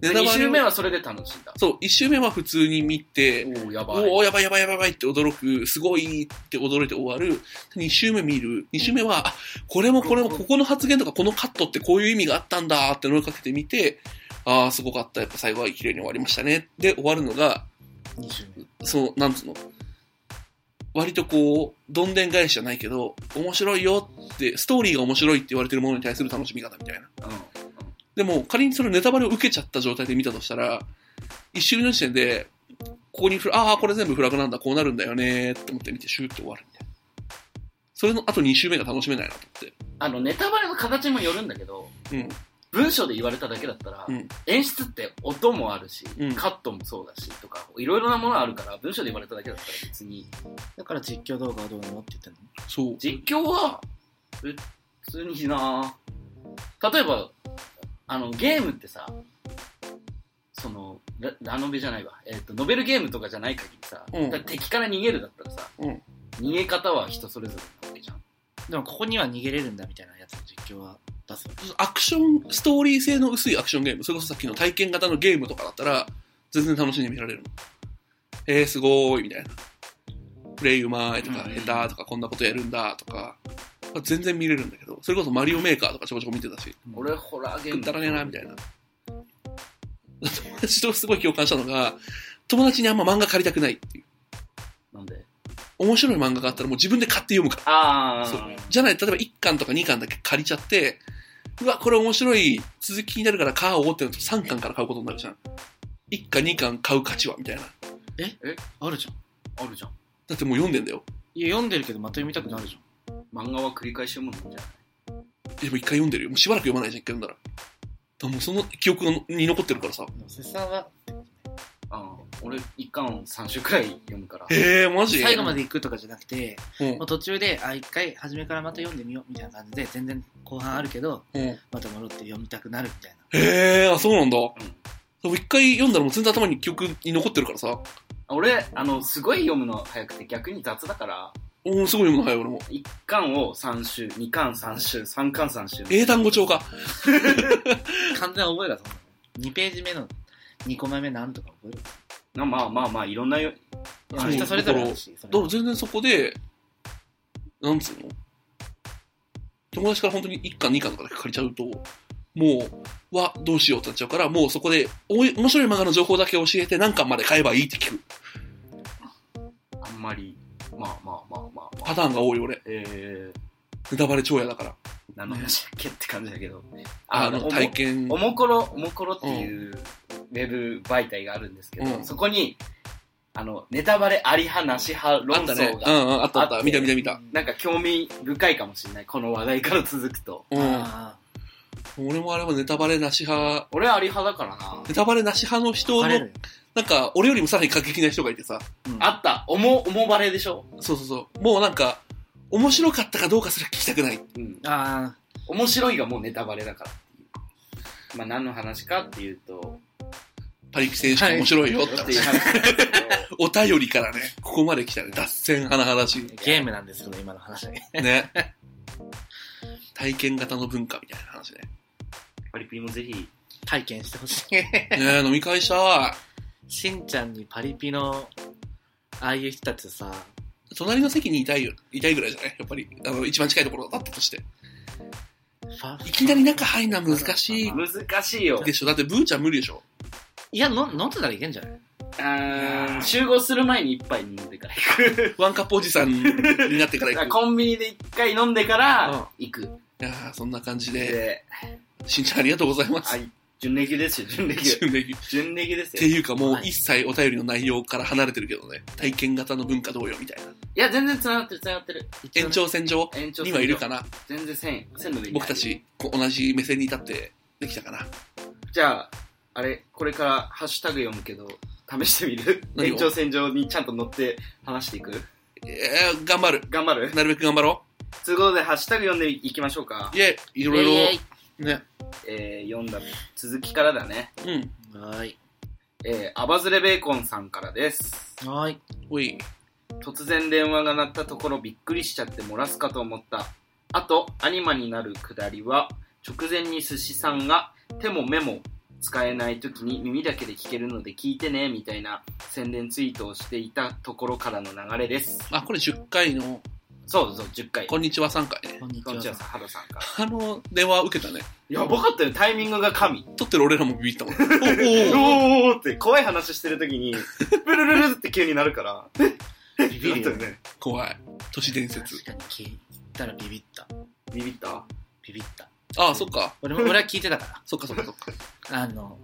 [SPEAKER 3] ネタバレ
[SPEAKER 1] 2
[SPEAKER 3] を
[SPEAKER 1] 週目はそれで楽しんだ。
[SPEAKER 3] そう、1周目は普通に見て、
[SPEAKER 1] おお、やばい。
[SPEAKER 3] おお、やばいやばいやばいやばいって驚く、すごいって驚いて終わる。2周目見る。2周目は、あ、これもこれも、ここの発言とかこのカットってこういう意味があったんだって追いかけてみて、ああ、すごかった。やっぱ最後は綺麗に終わりましたね。で、終わるのが、
[SPEAKER 2] 2週目。
[SPEAKER 3] そう、なんつうの。割とこう、どんでん返しじゃないけど、面白いよって、ストーリーが面白いって言われてるものに対する楽しみ方みたいな。
[SPEAKER 1] うん
[SPEAKER 3] でも、仮にそれネタバレを受けちゃった状態で見たとしたら、一周目の時点で、ここにフラ、ああ、これ全部フラグなんだ、こうなるんだよねーって思って見て、シューって終わるみたいな。それの、あと2周目が楽しめないなと思って。
[SPEAKER 1] あの、ネタバレの形にもよるんだけど、
[SPEAKER 3] うん。
[SPEAKER 1] 文章で言われただけだったら、
[SPEAKER 3] うん
[SPEAKER 1] 演出って音もあるし、
[SPEAKER 3] うん
[SPEAKER 1] カットもそうだしとか、いろいろなものあるから、文章で言われただけだったら別に、
[SPEAKER 2] だから実況動画はどうなのって言ったの
[SPEAKER 3] そう。
[SPEAKER 1] 実況は、普通にな例えば、あの、ゲームってさ、その、ララノベじゃないわ。えっ、と、ノベルゲームとかじゃない限りさ、
[SPEAKER 3] うん
[SPEAKER 1] だって敵から逃げるだったらさ、
[SPEAKER 3] うん
[SPEAKER 1] 逃げ方は人それぞれなわけじゃん。
[SPEAKER 2] でもここには逃げれるんだみたいなやつの実況は出すよね
[SPEAKER 3] アクション、ストーリー性の薄いアクションゲーム、それこそさっきの体験型のゲームとかだったら、全然楽しんで見られるの。えー、すごーい、みたいな。プレイうまーいとか、
[SPEAKER 1] うん
[SPEAKER 3] 下手とか、こんなことやるんだとか、まあ全然見れるんだけど、それこそマリオメーカーとかちょこちょこ見てたし、
[SPEAKER 1] 俺、ホラーゲー
[SPEAKER 3] く
[SPEAKER 1] ム。
[SPEAKER 3] だらねえな、みたいな。友達とすごい共感したのが、友達にあんま漫画借りたくないっていう。
[SPEAKER 1] なんで
[SPEAKER 3] 面白い漫画があったらもう自分で買って読むから。
[SPEAKER 1] ああ、
[SPEAKER 3] そうじゃない、例えば1巻とか2巻だけ借りちゃって、うわ、これ面白い続きになるから買おうってなると3巻から買うことになるじゃん。1巻2巻買う価値はみたいな。
[SPEAKER 2] あるじゃん。
[SPEAKER 1] あるじゃん。
[SPEAKER 3] だってもう読んでんだよ。
[SPEAKER 2] いや、読んでるけどまた読みたくなるじ
[SPEAKER 1] 漫画は繰り返し読むもんじゃない
[SPEAKER 3] でも一回読んでるよ。もうしばらく読まないじゃん、一回読んだら。だからもうその記憶に残ってるからさ
[SPEAKER 2] ゃ。ん。でも、瀬さんは、
[SPEAKER 1] あー俺、一巻3週くらい読むから。
[SPEAKER 3] へえー、マジ
[SPEAKER 2] 最後まで行くとかじゃなくて、
[SPEAKER 3] うん
[SPEAKER 2] もう途中で、あ、一回、初めからまた読んでみようみたいな感じで、全然後半あるけど、
[SPEAKER 3] うん。へ
[SPEAKER 2] また戻って読みたくなるみたいな。
[SPEAKER 3] えー、あ、そうなんだ。
[SPEAKER 1] ん
[SPEAKER 3] でも一回読んだらもう全然頭に記憶に残ってるからさ。
[SPEAKER 1] 俺、あの、すごい読むの早くて逆に雑だから、
[SPEAKER 3] おー、すごい読むの早い俺も。
[SPEAKER 1] 1巻を3週、2巻3週、3巻3週。
[SPEAKER 3] 英単語帳か。
[SPEAKER 2] 完全覚えだと思う。2ページ目の2コマ目なんとか覚える。
[SPEAKER 1] なまあまあまあ、いろんなよ、
[SPEAKER 2] い
[SPEAKER 3] そ
[SPEAKER 2] や
[SPEAKER 3] う
[SPEAKER 2] 人それぞれあるし、それ
[SPEAKER 3] だから全然そこで、なんつうの友達から本当に1巻2巻とかだけ借りちゃうと、もう、は、どうしようってなっちゃうから、もうそこで、おい面白い漫画の情報だけ教えて何巻まで買えばいいって聞く
[SPEAKER 1] あんまり、まあまあまあまあまあ。
[SPEAKER 3] パターンが多い俺。
[SPEAKER 1] えー、
[SPEAKER 3] ネタバレ超やだから。
[SPEAKER 1] 何の話だっけって感じだけど。
[SPEAKER 3] あ
[SPEAKER 1] お
[SPEAKER 3] の、
[SPEAKER 1] も
[SPEAKER 3] 体験。
[SPEAKER 1] おもころ、おもころっていうウェブ媒体があるんですけど、
[SPEAKER 3] うん
[SPEAKER 1] そこに、あの、ネタバレあり派なし派
[SPEAKER 3] あ
[SPEAKER 1] 論
[SPEAKER 3] った
[SPEAKER 1] 争。
[SPEAKER 3] ねうん
[SPEAKER 1] が、
[SPEAKER 3] うん、あったあった。見た見た見た。
[SPEAKER 1] なんか興味深いかもしれない。この話題から続くと。
[SPEAKER 3] うん。
[SPEAKER 2] あ
[SPEAKER 3] 俺もあれはネタバレなし派、
[SPEAKER 1] 俺はあり派だからな。
[SPEAKER 3] ネタバレなし派の
[SPEAKER 2] ー
[SPEAKER 3] 人
[SPEAKER 2] バレる
[SPEAKER 3] の、
[SPEAKER 2] よ
[SPEAKER 3] なんか、俺よりもさらに過激な人がいてさ。
[SPEAKER 1] あった、おも、おもばれでしょ
[SPEAKER 3] そうそうそう。もうなんか、面白かったかどうかすら聞きたくない。
[SPEAKER 1] うん。
[SPEAKER 2] あ
[SPEAKER 1] 面白いがもうネタバレだからっていう。まあ何の話かっていうと、
[SPEAKER 3] パリピ選手権面白いよっ
[SPEAKER 1] っ
[SPEAKER 3] て
[SPEAKER 1] て
[SPEAKER 3] 話
[SPEAKER 1] いう話なんです けど、
[SPEAKER 3] お便りからね、ここまで来たね。脱線派な話。
[SPEAKER 2] ーゲームなんですけど、今の話。
[SPEAKER 3] ね。体験型の文化みたいな話ね。
[SPEAKER 1] パリピもぜひ、
[SPEAKER 2] 体験してほし
[SPEAKER 3] ねえ飲み会したい。
[SPEAKER 2] い。しんちゃんにパリピの、ああいう人たちさ、
[SPEAKER 3] 隣の席にいたいよ。いたいぐらいじゃないやっぱり、あの、一番近いところだったとして。いきなり中入んな難しい
[SPEAKER 1] 難しいよ。
[SPEAKER 3] でしょだってブーちゃん無理でしょ
[SPEAKER 2] いや、の飲んでたらいけんじゃない
[SPEAKER 1] うん、集合する前に一杯飲んでから行く。
[SPEAKER 3] ワンカップおじさんになってか ら
[SPEAKER 1] だか
[SPEAKER 3] 行
[SPEAKER 1] ら
[SPEAKER 3] く。
[SPEAKER 1] コンビニで一回飲んでか
[SPEAKER 3] うん
[SPEAKER 1] ら、行く。
[SPEAKER 3] いやーそんな感じで、
[SPEAKER 1] で、
[SPEAKER 3] しんちゃんありがとうございます
[SPEAKER 1] は。い、準レギュですよ、準レギュ。
[SPEAKER 3] 準レギュっ
[SPEAKER 1] 準レギュです
[SPEAKER 3] て
[SPEAKER 1] よ。
[SPEAKER 3] いうかもう
[SPEAKER 2] はい
[SPEAKER 3] 一切お便りの内容から離れてるけどね。体験型の文化どうよみたいな。
[SPEAKER 1] いや、全然繋がってる、繋がってる。
[SPEAKER 3] 延長線上
[SPEAKER 1] 延長
[SPEAKER 3] にはいるか
[SPEAKER 1] な
[SPEAKER 3] な
[SPEAKER 1] 全然線、線の上に
[SPEAKER 3] 僕た。ちこう同じ目線に立ってできたかな。
[SPEAKER 1] じゃあ、あれ、これからハッシュタグ読むけど、試してみる
[SPEAKER 3] 何を
[SPEAKER 1] 延長線上にちゃんと乗って話していく
[SPEAKER 3] えー、頑張る。
[SPEAKER 1] 頑張る
[SPEAKER 3] なるべく頑張ろ
[SPEAKER 1] ということで、ハッシュタグ読んでいきましょうか
[SPEAKER 3] う。。いえ、いろ
[SPEAKER 2] イェ
[SPEAKER 3] い
[SPEAKER 2] イ
[SPEAKER 3] ろ、ね。
[SPEAKER 1] えー、読んだ続きからだね。
[SPEAKER 3] うん。
[SPEAKER 2] はーい。
[SPEAKER 1] えー、アバズレベーコンさんからです。
[SPEAKER 2] はーい。
[SPEAKER 3] おい。
[SPEAKER 1] 突然電話が鳴ったところびっくりしちゃって漏らすかと思ったあとアニマになるくだりは直前に寿司さんが手も目も使えない時に耳だけで聞けるので聞いてねみたいな宣伝ツイートをしていたところからの流れです
[SPEAKER 3] あ、これ10回の、
[SPEAKER 1] そうそう10回
[SPEAKER 3] こんにちは3回ね。
[SPEAKER 2] こんに
[SPEAKER 1] こんにち
[SPEAKER 2] ち
[SPEAKER 1] は
[SPEAKER 2] は。
[SPEAKER 1] ハロさんから
[SPEAKER 3] あの、電話受けたね。
[SPEAKER 1] やばかったよタイミングが神
[SPEAKER 3] 撮ってる俺らもビビった もん。お
[SPEAKER 1] お
[SPEAKER 3] おお
[SPEAKER 1] ーおーって怖い話してる時にブルルルルって急になるからえっビ
[SPEAKER 2] ビビ
[SPEAKER 1] ビっ
[SPEAKER 2] る
[SPEAKER 1] た
[SPEAKER 2] よ
[SPEAKER 1] よね
[SPEAKER 3] 怖い。都市伝説
[SPEAKER 2] 確。かに聞いたらビビった。
[SPEAKER 1] ビビった
[SPEAKER 2] ビビった。
[SPEAKER 3] ああ、そっか。
[SPEAKER 2] 俺も、俺は聞いてたか
[SPEAKER 3] そっかそっかそっか。
[SPEAKER 2] ら。あの、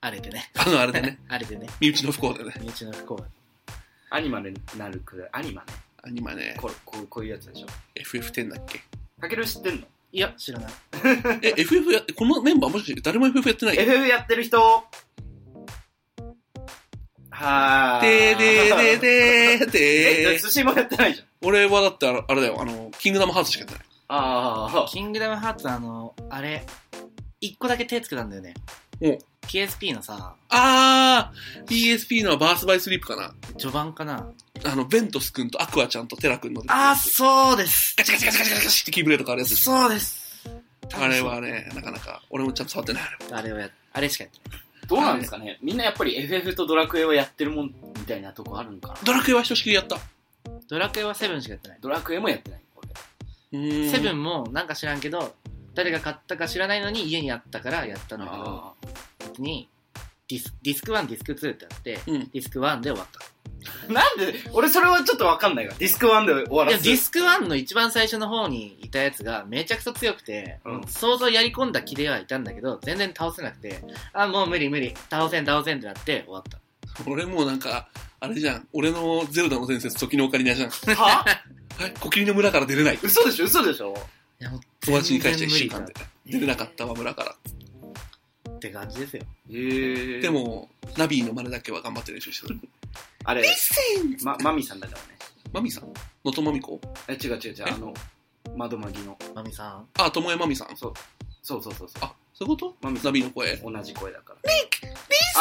[SPEAKER 2] あれでね。
[SPEAKER 3] あの、あれだね。
[SPEAKER 2] あれでね。
[SPEAKER 3] 身内の不幸だね。
[SPEAKER 2] 身内の不幸だ。
[SPEAKER 1] アニマになるくだりアニマね
[SPEAKER 3] アニマね、
[SPEAKER 1] こうこうこういうやつでしょ
[SPEAKER 3] FF10 だっけ。
[SPEAKER 1] たける知ってんの
[SPEAKER 2] いや、知らない。
[SPEAKER 3] え、FF やって、このメンバーもしかして誰も FF やってない
[SPEAKER 1] FF やってる人はー
[SPEAKER 3] でーでーでーで
[SPEAKER 1] え
[SPEAKER 3] ーでー
[SPEAKER 1] 寿司もやってないじゃん。
[SPEAKER 3] 俺はだってあれあれだよ、あの、キングダムハーツしかやってない。
[SPEAKER 1] あ
[SPEAKER 2] キングダムハーツ、あの、あれ、一個だけ手つけたんだよね。
[SPEAKER 3] お
[SPEAKER 2] PSP のさ、
[SPEAKER 3] あー、PSP のバースバイスリープかな。
[SPEAKER 2] 序盤かな。
[SPEAKER 3] あの、ベントス君とアクアちゃんとテラ君の出てくる
[SPEAKER 2] あ
[SPEAKER 3] や
[SPEAKER 2] ー、
[SPEAKER 3] つ。
[SPEAKER 2] そうです。
[SPEAKER 3] ガチガチガチガチガチガチってキーブレード変わるやつでしょ
[SPEAKER 2] そうです。
[SPEAKER 3] あれはね、なかなか、俺もちゃんと触ってない。あれ
[SPEAKER 2] あれはや、あれしかやってない。
[SPEAKER 1] あ、どうなんですかね。みんなやっぱり FF とドラクエをやってるもんみたいなとこあるのかな。
[SPEAKER 3] ドラクエはひとしきりやった。
[SPEAKER 2] ドラクエはセブンしかやってない。
[SPEAKER 1] ドラクエもやってない。俺
[SPEAKER 2] セ
[SPEAKER 3] セ
[SPEAKER 2] ブンもなんか知らんけど、誰が買ったか知らないのに家にあったからやったんだけど、
[SPEAKER 1] あ
[SPEAKER 2] 別にディスディスク1、ディスク2ってあって、
[SPEAKER 3] うん
[SPEAKER 2] ディスク1で終わった。
[SPEAKER 1] なんで、俺それはちょっとわかんないが、ディスク1で終わ
[SPEAKER 2] い
[SPEAKER 1] ら
[SPEAKER 2] や、
[SPEAKER 1] せ
[SPEAKER 2] ディスク1の一番最初の方にいたやつがめちゃくちゃ強くて、
[SPEAKER 1] うん
[SPEAKER 2] 想像やり込んだ気ではいたんだけど、全然倒せなくて、あ、もう無理無理、倒せん倒せんってなって終わった。
[SPEAKER 3] 俺もうなんか、あれじゃん。俺のゼルダの伝説、時のオカリナじゃん。
[SPEAKER 1] は
[SPEAKER 3] はい、コキリの村から出れない。
[SPEAKER 1] 嘘でしょ嘘でしょ
[SPEAKER 2] いや、もう
[SPEAKER 3] 友達に返して1週
[SPEAKER 2] 全然
[SPEAKER 3] 間
[SPEAKER 2] 無理
[SPEAKER 3] で。出れなかったわ、村から。
[SPEAKER 2] だって感じですよ。
[SPEAKER 1] えー、
[SPEAKER 3] で、も、ナビーの真似だけは頑張って練習してた。
[SPEAKER 1] あれ、ま、マミさんだからね。
[SPEAKER 3] マミさんのとマミコ
[SPEAKER 1] え、違う違う違う、
[SPEAKER 3] え
[SPEAKER 1] あの、窓マギの。
[SPEAKER 2] マミさん。
[SPEAKER 3] あ、ともえマミさん。
[SPEAKER 1] そうそうそうそう。
[SPEAKER 3] あ、そういうこと
[SPEAKER 1] マミさ
[SPEAKER 3] ナ
[SPEAKER 1] ん
[SPEAKER 3] ビーの声。
[SPEAKER 1] 同じ声だから。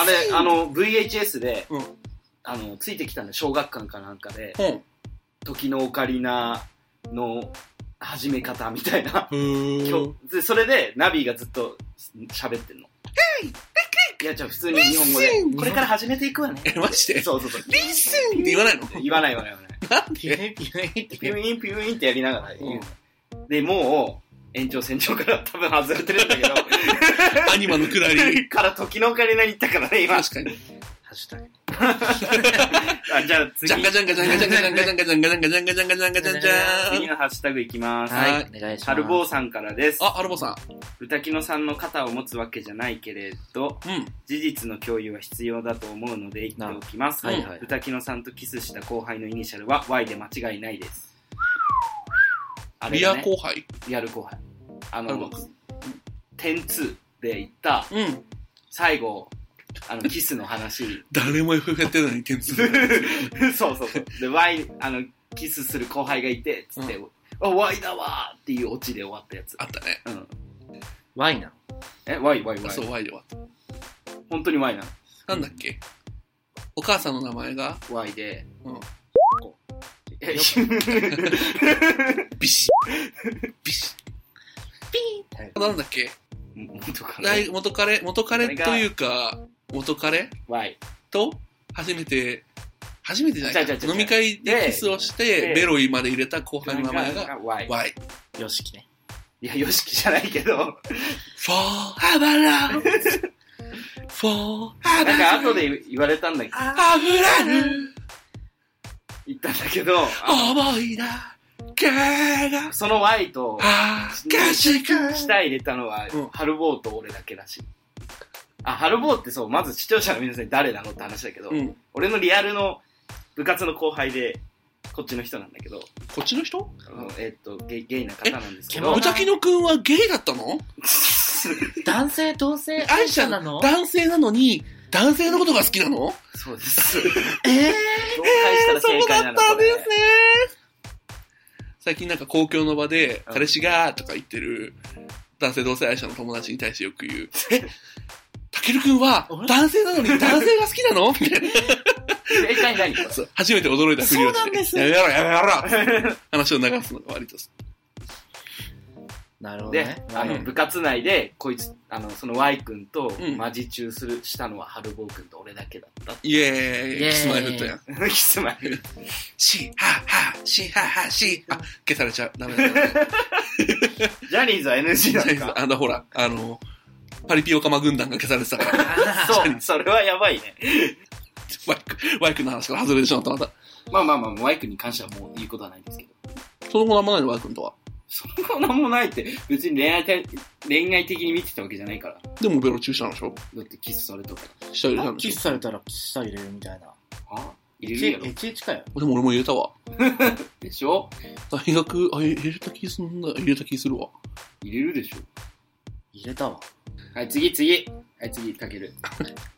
[SPEAKER 1] あれ、あの、VHS で、
[SPEAKER 3] うん
[SPEAKER 1] あの、ついてきたの、小学館かなんかで、
[SPEAKER 3] うん。
[SPEAKER 1] 時のオカリナの始め方みたいな。
[SPEAKER 3] ふー
[SPEAKER 1] 今日でそれでナビがずっと喋ってんの。いや、じゃあ普通に日本語
[SPEAKER 3] リッス
[SPEAKER 1] で、
[SPEAKER 3] ン
[SPEAKER 1] これから始めていくわね。
[SPEAKER 3] え、マジで
[SPEAKER 1] そうそうそう。
[SPEAKER 3] リッスンって言わないの
[SPEAKER 1] 言わない言わない言わない。
[SPEAKER 2] ピュイピュイって
[SPEAKER 1] ピ
[SPEAKER 2] 言う
[SPEAKER 1] ュインピュインってやりながら言うの。で、もう、延長線上から多分外れてるんだ けど、
[SPEAKER 3] アニマのくだり。
[SPEAKER 1] から時のオカリナに行ったからね、今。あ
[SPEAKER 3] 確かに。
[SPEAKER 2] ハッシュタグ。
[SPEAKER 1] じゃあ
[SPEAKER 3] じ
[SPEAKER 1] 次
[SPEAKER 3] ゃん、かじゃんかじゃんかじゃんかじゃんかじゃんかじゃんかじゃんかじゃんかじゃんかじゃんかじゃんじゃ
[SPEAKER 1] 次
[SPEAKER 3] ん。
[SPEAKER 1] のハッシュタグいきます。
[SPEAKER 3] はい
[SPEAKER 2] はい、お願いします。
[SPEAKER 1] ハルボーさんからです。
[SPEAKER 3] あ、アルボさん。
[SPEAKER 1] 歌木野さんの肩を持つわけじゃないけれど、
[SPEAKER 3] うん。
[SPEAKER 1] 事実の共有は必要だと思うので言っておきます。
[SPEAKER 2] はいはい
[SPEAKER 1] 歌木野さんとキスした後輩のイニシャルは Y で間違いないです。あれ
[SPEAKER 3] リ
[SPEAKER 1] が
[SPEAKER 3] ア
[SPEAKER 1] ね、
[SPEAKER 3] 後輩。
[SPEAKER 1] リアル後輩。あ
[SPEAKER 3] アルボ
[SPEAKER 1] の、
[SPEAKER 3] さん。
[SPEAKER 1] 点2で言った
[SPEAKER 3] うん。
[SPEAKER 1] 最後、あの、キスの 話。
[SPEAKER 3] 誰も FF やってるのに点数。
[SPEAKER 1] そうそうそう。で、Y、あの、キスする後輩がいて、つって、あ、Y だわーっていうオチで終わったやつ
[SPEAKER 3] あ。ったね。
[SPEAKER 1] うん。
[SPEAKER 2] Y なの。
[SPEAKER 1] え、Y、Y、
[SPEAKER 3] あ
[SPEAKER 1] Y
[SPEAKER 3] そ。う、Y で終わった。
[SPEAKER 1] 本当に Y なの。
[SPEAKER 3] なんだっけお母さんの名前が、
[SPEAKER 1] Y で。
[SPEAKER 3] うん
[SPEAKER 1] こうえ、
[SPEAKER 3] ビシッ。ビシ
[SPEAKER 2] ピーン
[SPEAKER 3] ッ。なんだっけ
[SPEAKER 1] 元か
[SPEAKER 3] 大元彼、元彼というか、元彼
[SPEAKER 1] Y。
[SPEAKER 3] と、初めて、初めてじゃない
[SPEAKER 1] 違う違う違う
[SPEAKER 3] 飲み会でキスをして
[SPEAKER 1] で、
[SPEAKER 3] ベロイまで入れた後輩の名前が、
[SPEAKER 1] Y。
[SPEAKER 3] Y。
[SPEAKER 2] よしきね。
[SPEAKER 1] いや、よしきじゃないけど。
[SPEAKER 3] フォーハバラ フォーハ
[SPEAKER 1] なんか
[SPEAKER 3] バ
[SPEAKER 1] 後で言われたんだけど、
[SPEAKER 3] ラ溢れる
[SPEAKER 1] 言ったんだけど、あ
[SPEAKER 3] 思いだけが
[SPEAKER 1] その Y と、
[SPEAKER 3] 恥ずかしく
[SPEAKER 1] 下入れたのは
[SPEAKER 3] うん、
[SPEAKER 1] ハルボーと俺だけらしい。あ、ハルボーってそう、まず視聴者の皆さんに誰なのって話だけど、
[SPEAKER 3] うん。
[SPEAKER 1] 俺のリアルの部活の後輩で、こっちの人なんだけど、
[SPEAKER 3] こっちの人
[SPEAKER 1] あのえっと、ゲイゲイな方なんですけ
[SPEAKER 2] え
[SPEAKER 1] ど
[SPEAKER 3] ブ、タキノくんはゲイだったの
[SPEAKER 2] 男性、同性、
[SPEAKER 3] 愛
[SPEAKER 2] 愛
[SPEAKER 3] 者
[SPEAKER 2] 者なの
[SPEAKER 3] 男性なのに、男性のことが好きなの
[SPEAKER 1] そうです。
[SPEAKER 2] えー
[SPEAKER 1] どう返したら正解なのこれ
[SPEAKER 3] ね。 最近なんか公共の場で、
[SPEAKER 1] うん
[SPEAKER 3] 彼氏がとか言ってる男性同性愛者の友達に対してよく言う。えたけるくんは
[SPEAKER 2] あれ
[SPEAKER 3] 男性なのに男性が好きなの みたいな。
[SPEAKER 1] え、何 何これ
[SPEAKER 3] そう初めて驚いたふり
[SPEAKER 2] そ
[SPEAKER 3] をして。
[SPEAKER 2] うなんです
[SPEAKER 3] やめろやめろ って話を流すのが割と。
[SPEAKER 2] なるほど
[SPEAKER 1] で
[SPEAKER 2] ね。、
[SPEAKER 1] あの、
[SPEAKER 3] うん
[SPEAKER 1] 部活内で、こいつ、あの、その Y 君と
[SPEAKER 3] う、ん
[SPEAKER 1] マジ中する、したのは、ハルボー君と俺だけだ っ
[SPEAKER 3] イエ
[SPEAKER 2] イエー
[SPEAKER 3] ーイ。
[SPEAKER 2] イ
[SPEAKER 3] キスマイフットやん。
[SPEAKER 1] た。キスマイ。
[SPEAKER 3] シーハーハー、シーハーハー、シー。あ、消されちゃう。ダメ だダメだ。
[SPEAKER 1] ジャニーズは NG なのか。
[SPEAKER 3] あの、ほら、あの、パリピオカマ軍団が消されてたから。
[SPEAKER 1] そう、それはやばいね。
[SPEAKER 3] ワイク、ワイクの話から外れてしまった、また。
[SPEAKER 1] まあまあまあ、ワイ君に関してはもう言うことはないんですけど。
[SPEAKER 3] その後なんもないの、ワイ君とは。
[SPEAKER 1] そんなこともないって、別に恋愛て、恋愛的に見てたわけじゃないから。
[SPEAKER 3] でもベロ注射なんでしょ
[SPEAKER 1] だってキスされたか
[SPEAKER 3] 下入れたんでし
[SPEAKER 2] キスされたら下入れるみたいな。
[SPEAKER 1] ら。は入れるやろ
[SPEAKER 2] い。ちいちかよ。
[SPEAKER 3] ょでも俺も入れたわ。
[SPEAKER 1] でしょ
[SPEAKER 3] 大学、あ、入れた気すんだ。入れた気するわ。
[SPEAKER 1] 入れるでしょ。
[SPEAKER 2] 入れたわ。
[SPEAKER 1] はい、次、次。はい、次、かける。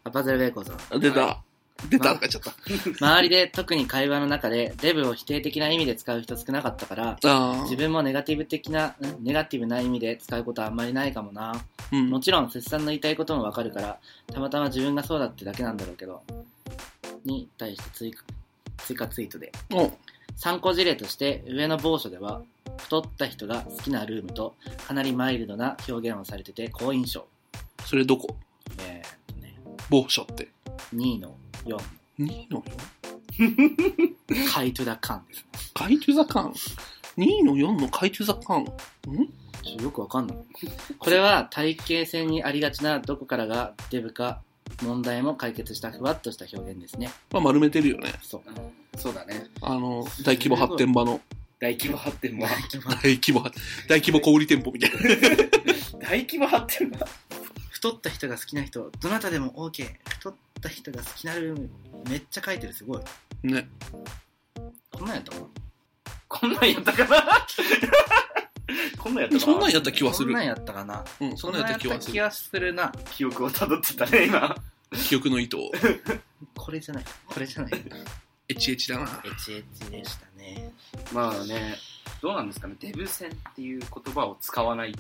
[SPEAKER 2] アパゼルベイコーさん。
[SPEAKER 3] あ出た。出たとか言っちゃった。
[SPEAKER 2] 周りで特に会話の中でデブを否定的な意味で使う人少なかったから、
[SPEAKER 3] あ
[SPEAKER 2] 自分もネガティブ的な、んネガティブな意味で使うことはあんまりないかもな。
[SPEAKER 3] ー。うん
[SPEAKER 2] も。ちろん、節さんの言いたいこともわかるから、たまたま自分がそうだってだけなんだろうけど、に対して追加、追加ツイートで。
[SPEAKER 3] お
[SPEAKER 2] 参考事例として、上の某所では、太った人が好きなルームと、かなりマイルドな表現をされてて、好印象。
[SPEAKER 3] それどこ
[SPEAKER 2] えーっとね、
[SPEAKER 3] 某所って。
[SPEAKER 2] 2の4、
[SPEAKER 3] 2の
[SPEAKER 2] カイトゥダカンですね
[SPEAKER 3] 4? 海中座館。2の4の海中座館。ん
[SPEAKER 2] ちょよくわかんない。これは体型線にありがちなどこからがデブか問題も解決したふわっとした表現ですね。
[SPEAKER 3] まあ、丸めてるよね。
[SPEAKER 2] そう。
[SPEAKER 1] そうだね。
[SPEAKER 3] あの、大規模発展場の、
[SPEAKER 1] 大規模発展場。
[SPEAKER 3] 大規模発、大規模小売店舗みたいな。
[SPEAKER 1] 大規模発展場。
[SPEAKER 2] 太った人が好きな人、どなたでも OK。太った人が好きなルーム、めっちゃ書いてる、すごい。
[SPEAKER 3] ね。
[SPEAKER 2] こんなんやったかな
[SPEAKER 1] こんなんやったかなこんなんやったかな
[SPEAKER 3] そんなんやった気はす
[SPEAKER 2] こん
[SPEAKER 3] る
[SPEAKER 2] な。んやったかな
[SPEAKER 3] うん、そんなんやった気
[SPEAKER 2] そんなんやっ
[SPEAKER 3] はする。
[SPEAKER 2] た気はするな。
[SPEAKER 1] 記憶をたどってたね、今。
[SPEAKER 3] 記憶の糸を。
[SPEAKER 2] これじゃない。これじゃない。
[SPEAKER 3] エチエチだな
[SPEAKER 2] エ。チエチでしたね。
[SPEAKER 1] まあね、どうなんですかね、デブ戦っていう言葉を使わない。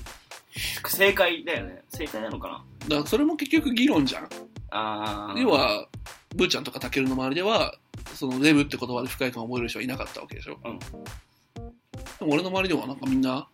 [SPEAKER 1] 正解だよね。正解なのかな
[SPEAKER 3] だからそれも結局議論じゃん。
[SPEAKER 1] あー
[SPEAKER 3] 要、は、ブーちゃんとかタケルの周りでは、そのデブって言葉で不快感を覚える人はいなかったわけでしょ。
[SPEAKER 1] うん
[SPEAKER 3] でも俺の周りではなんかみんな、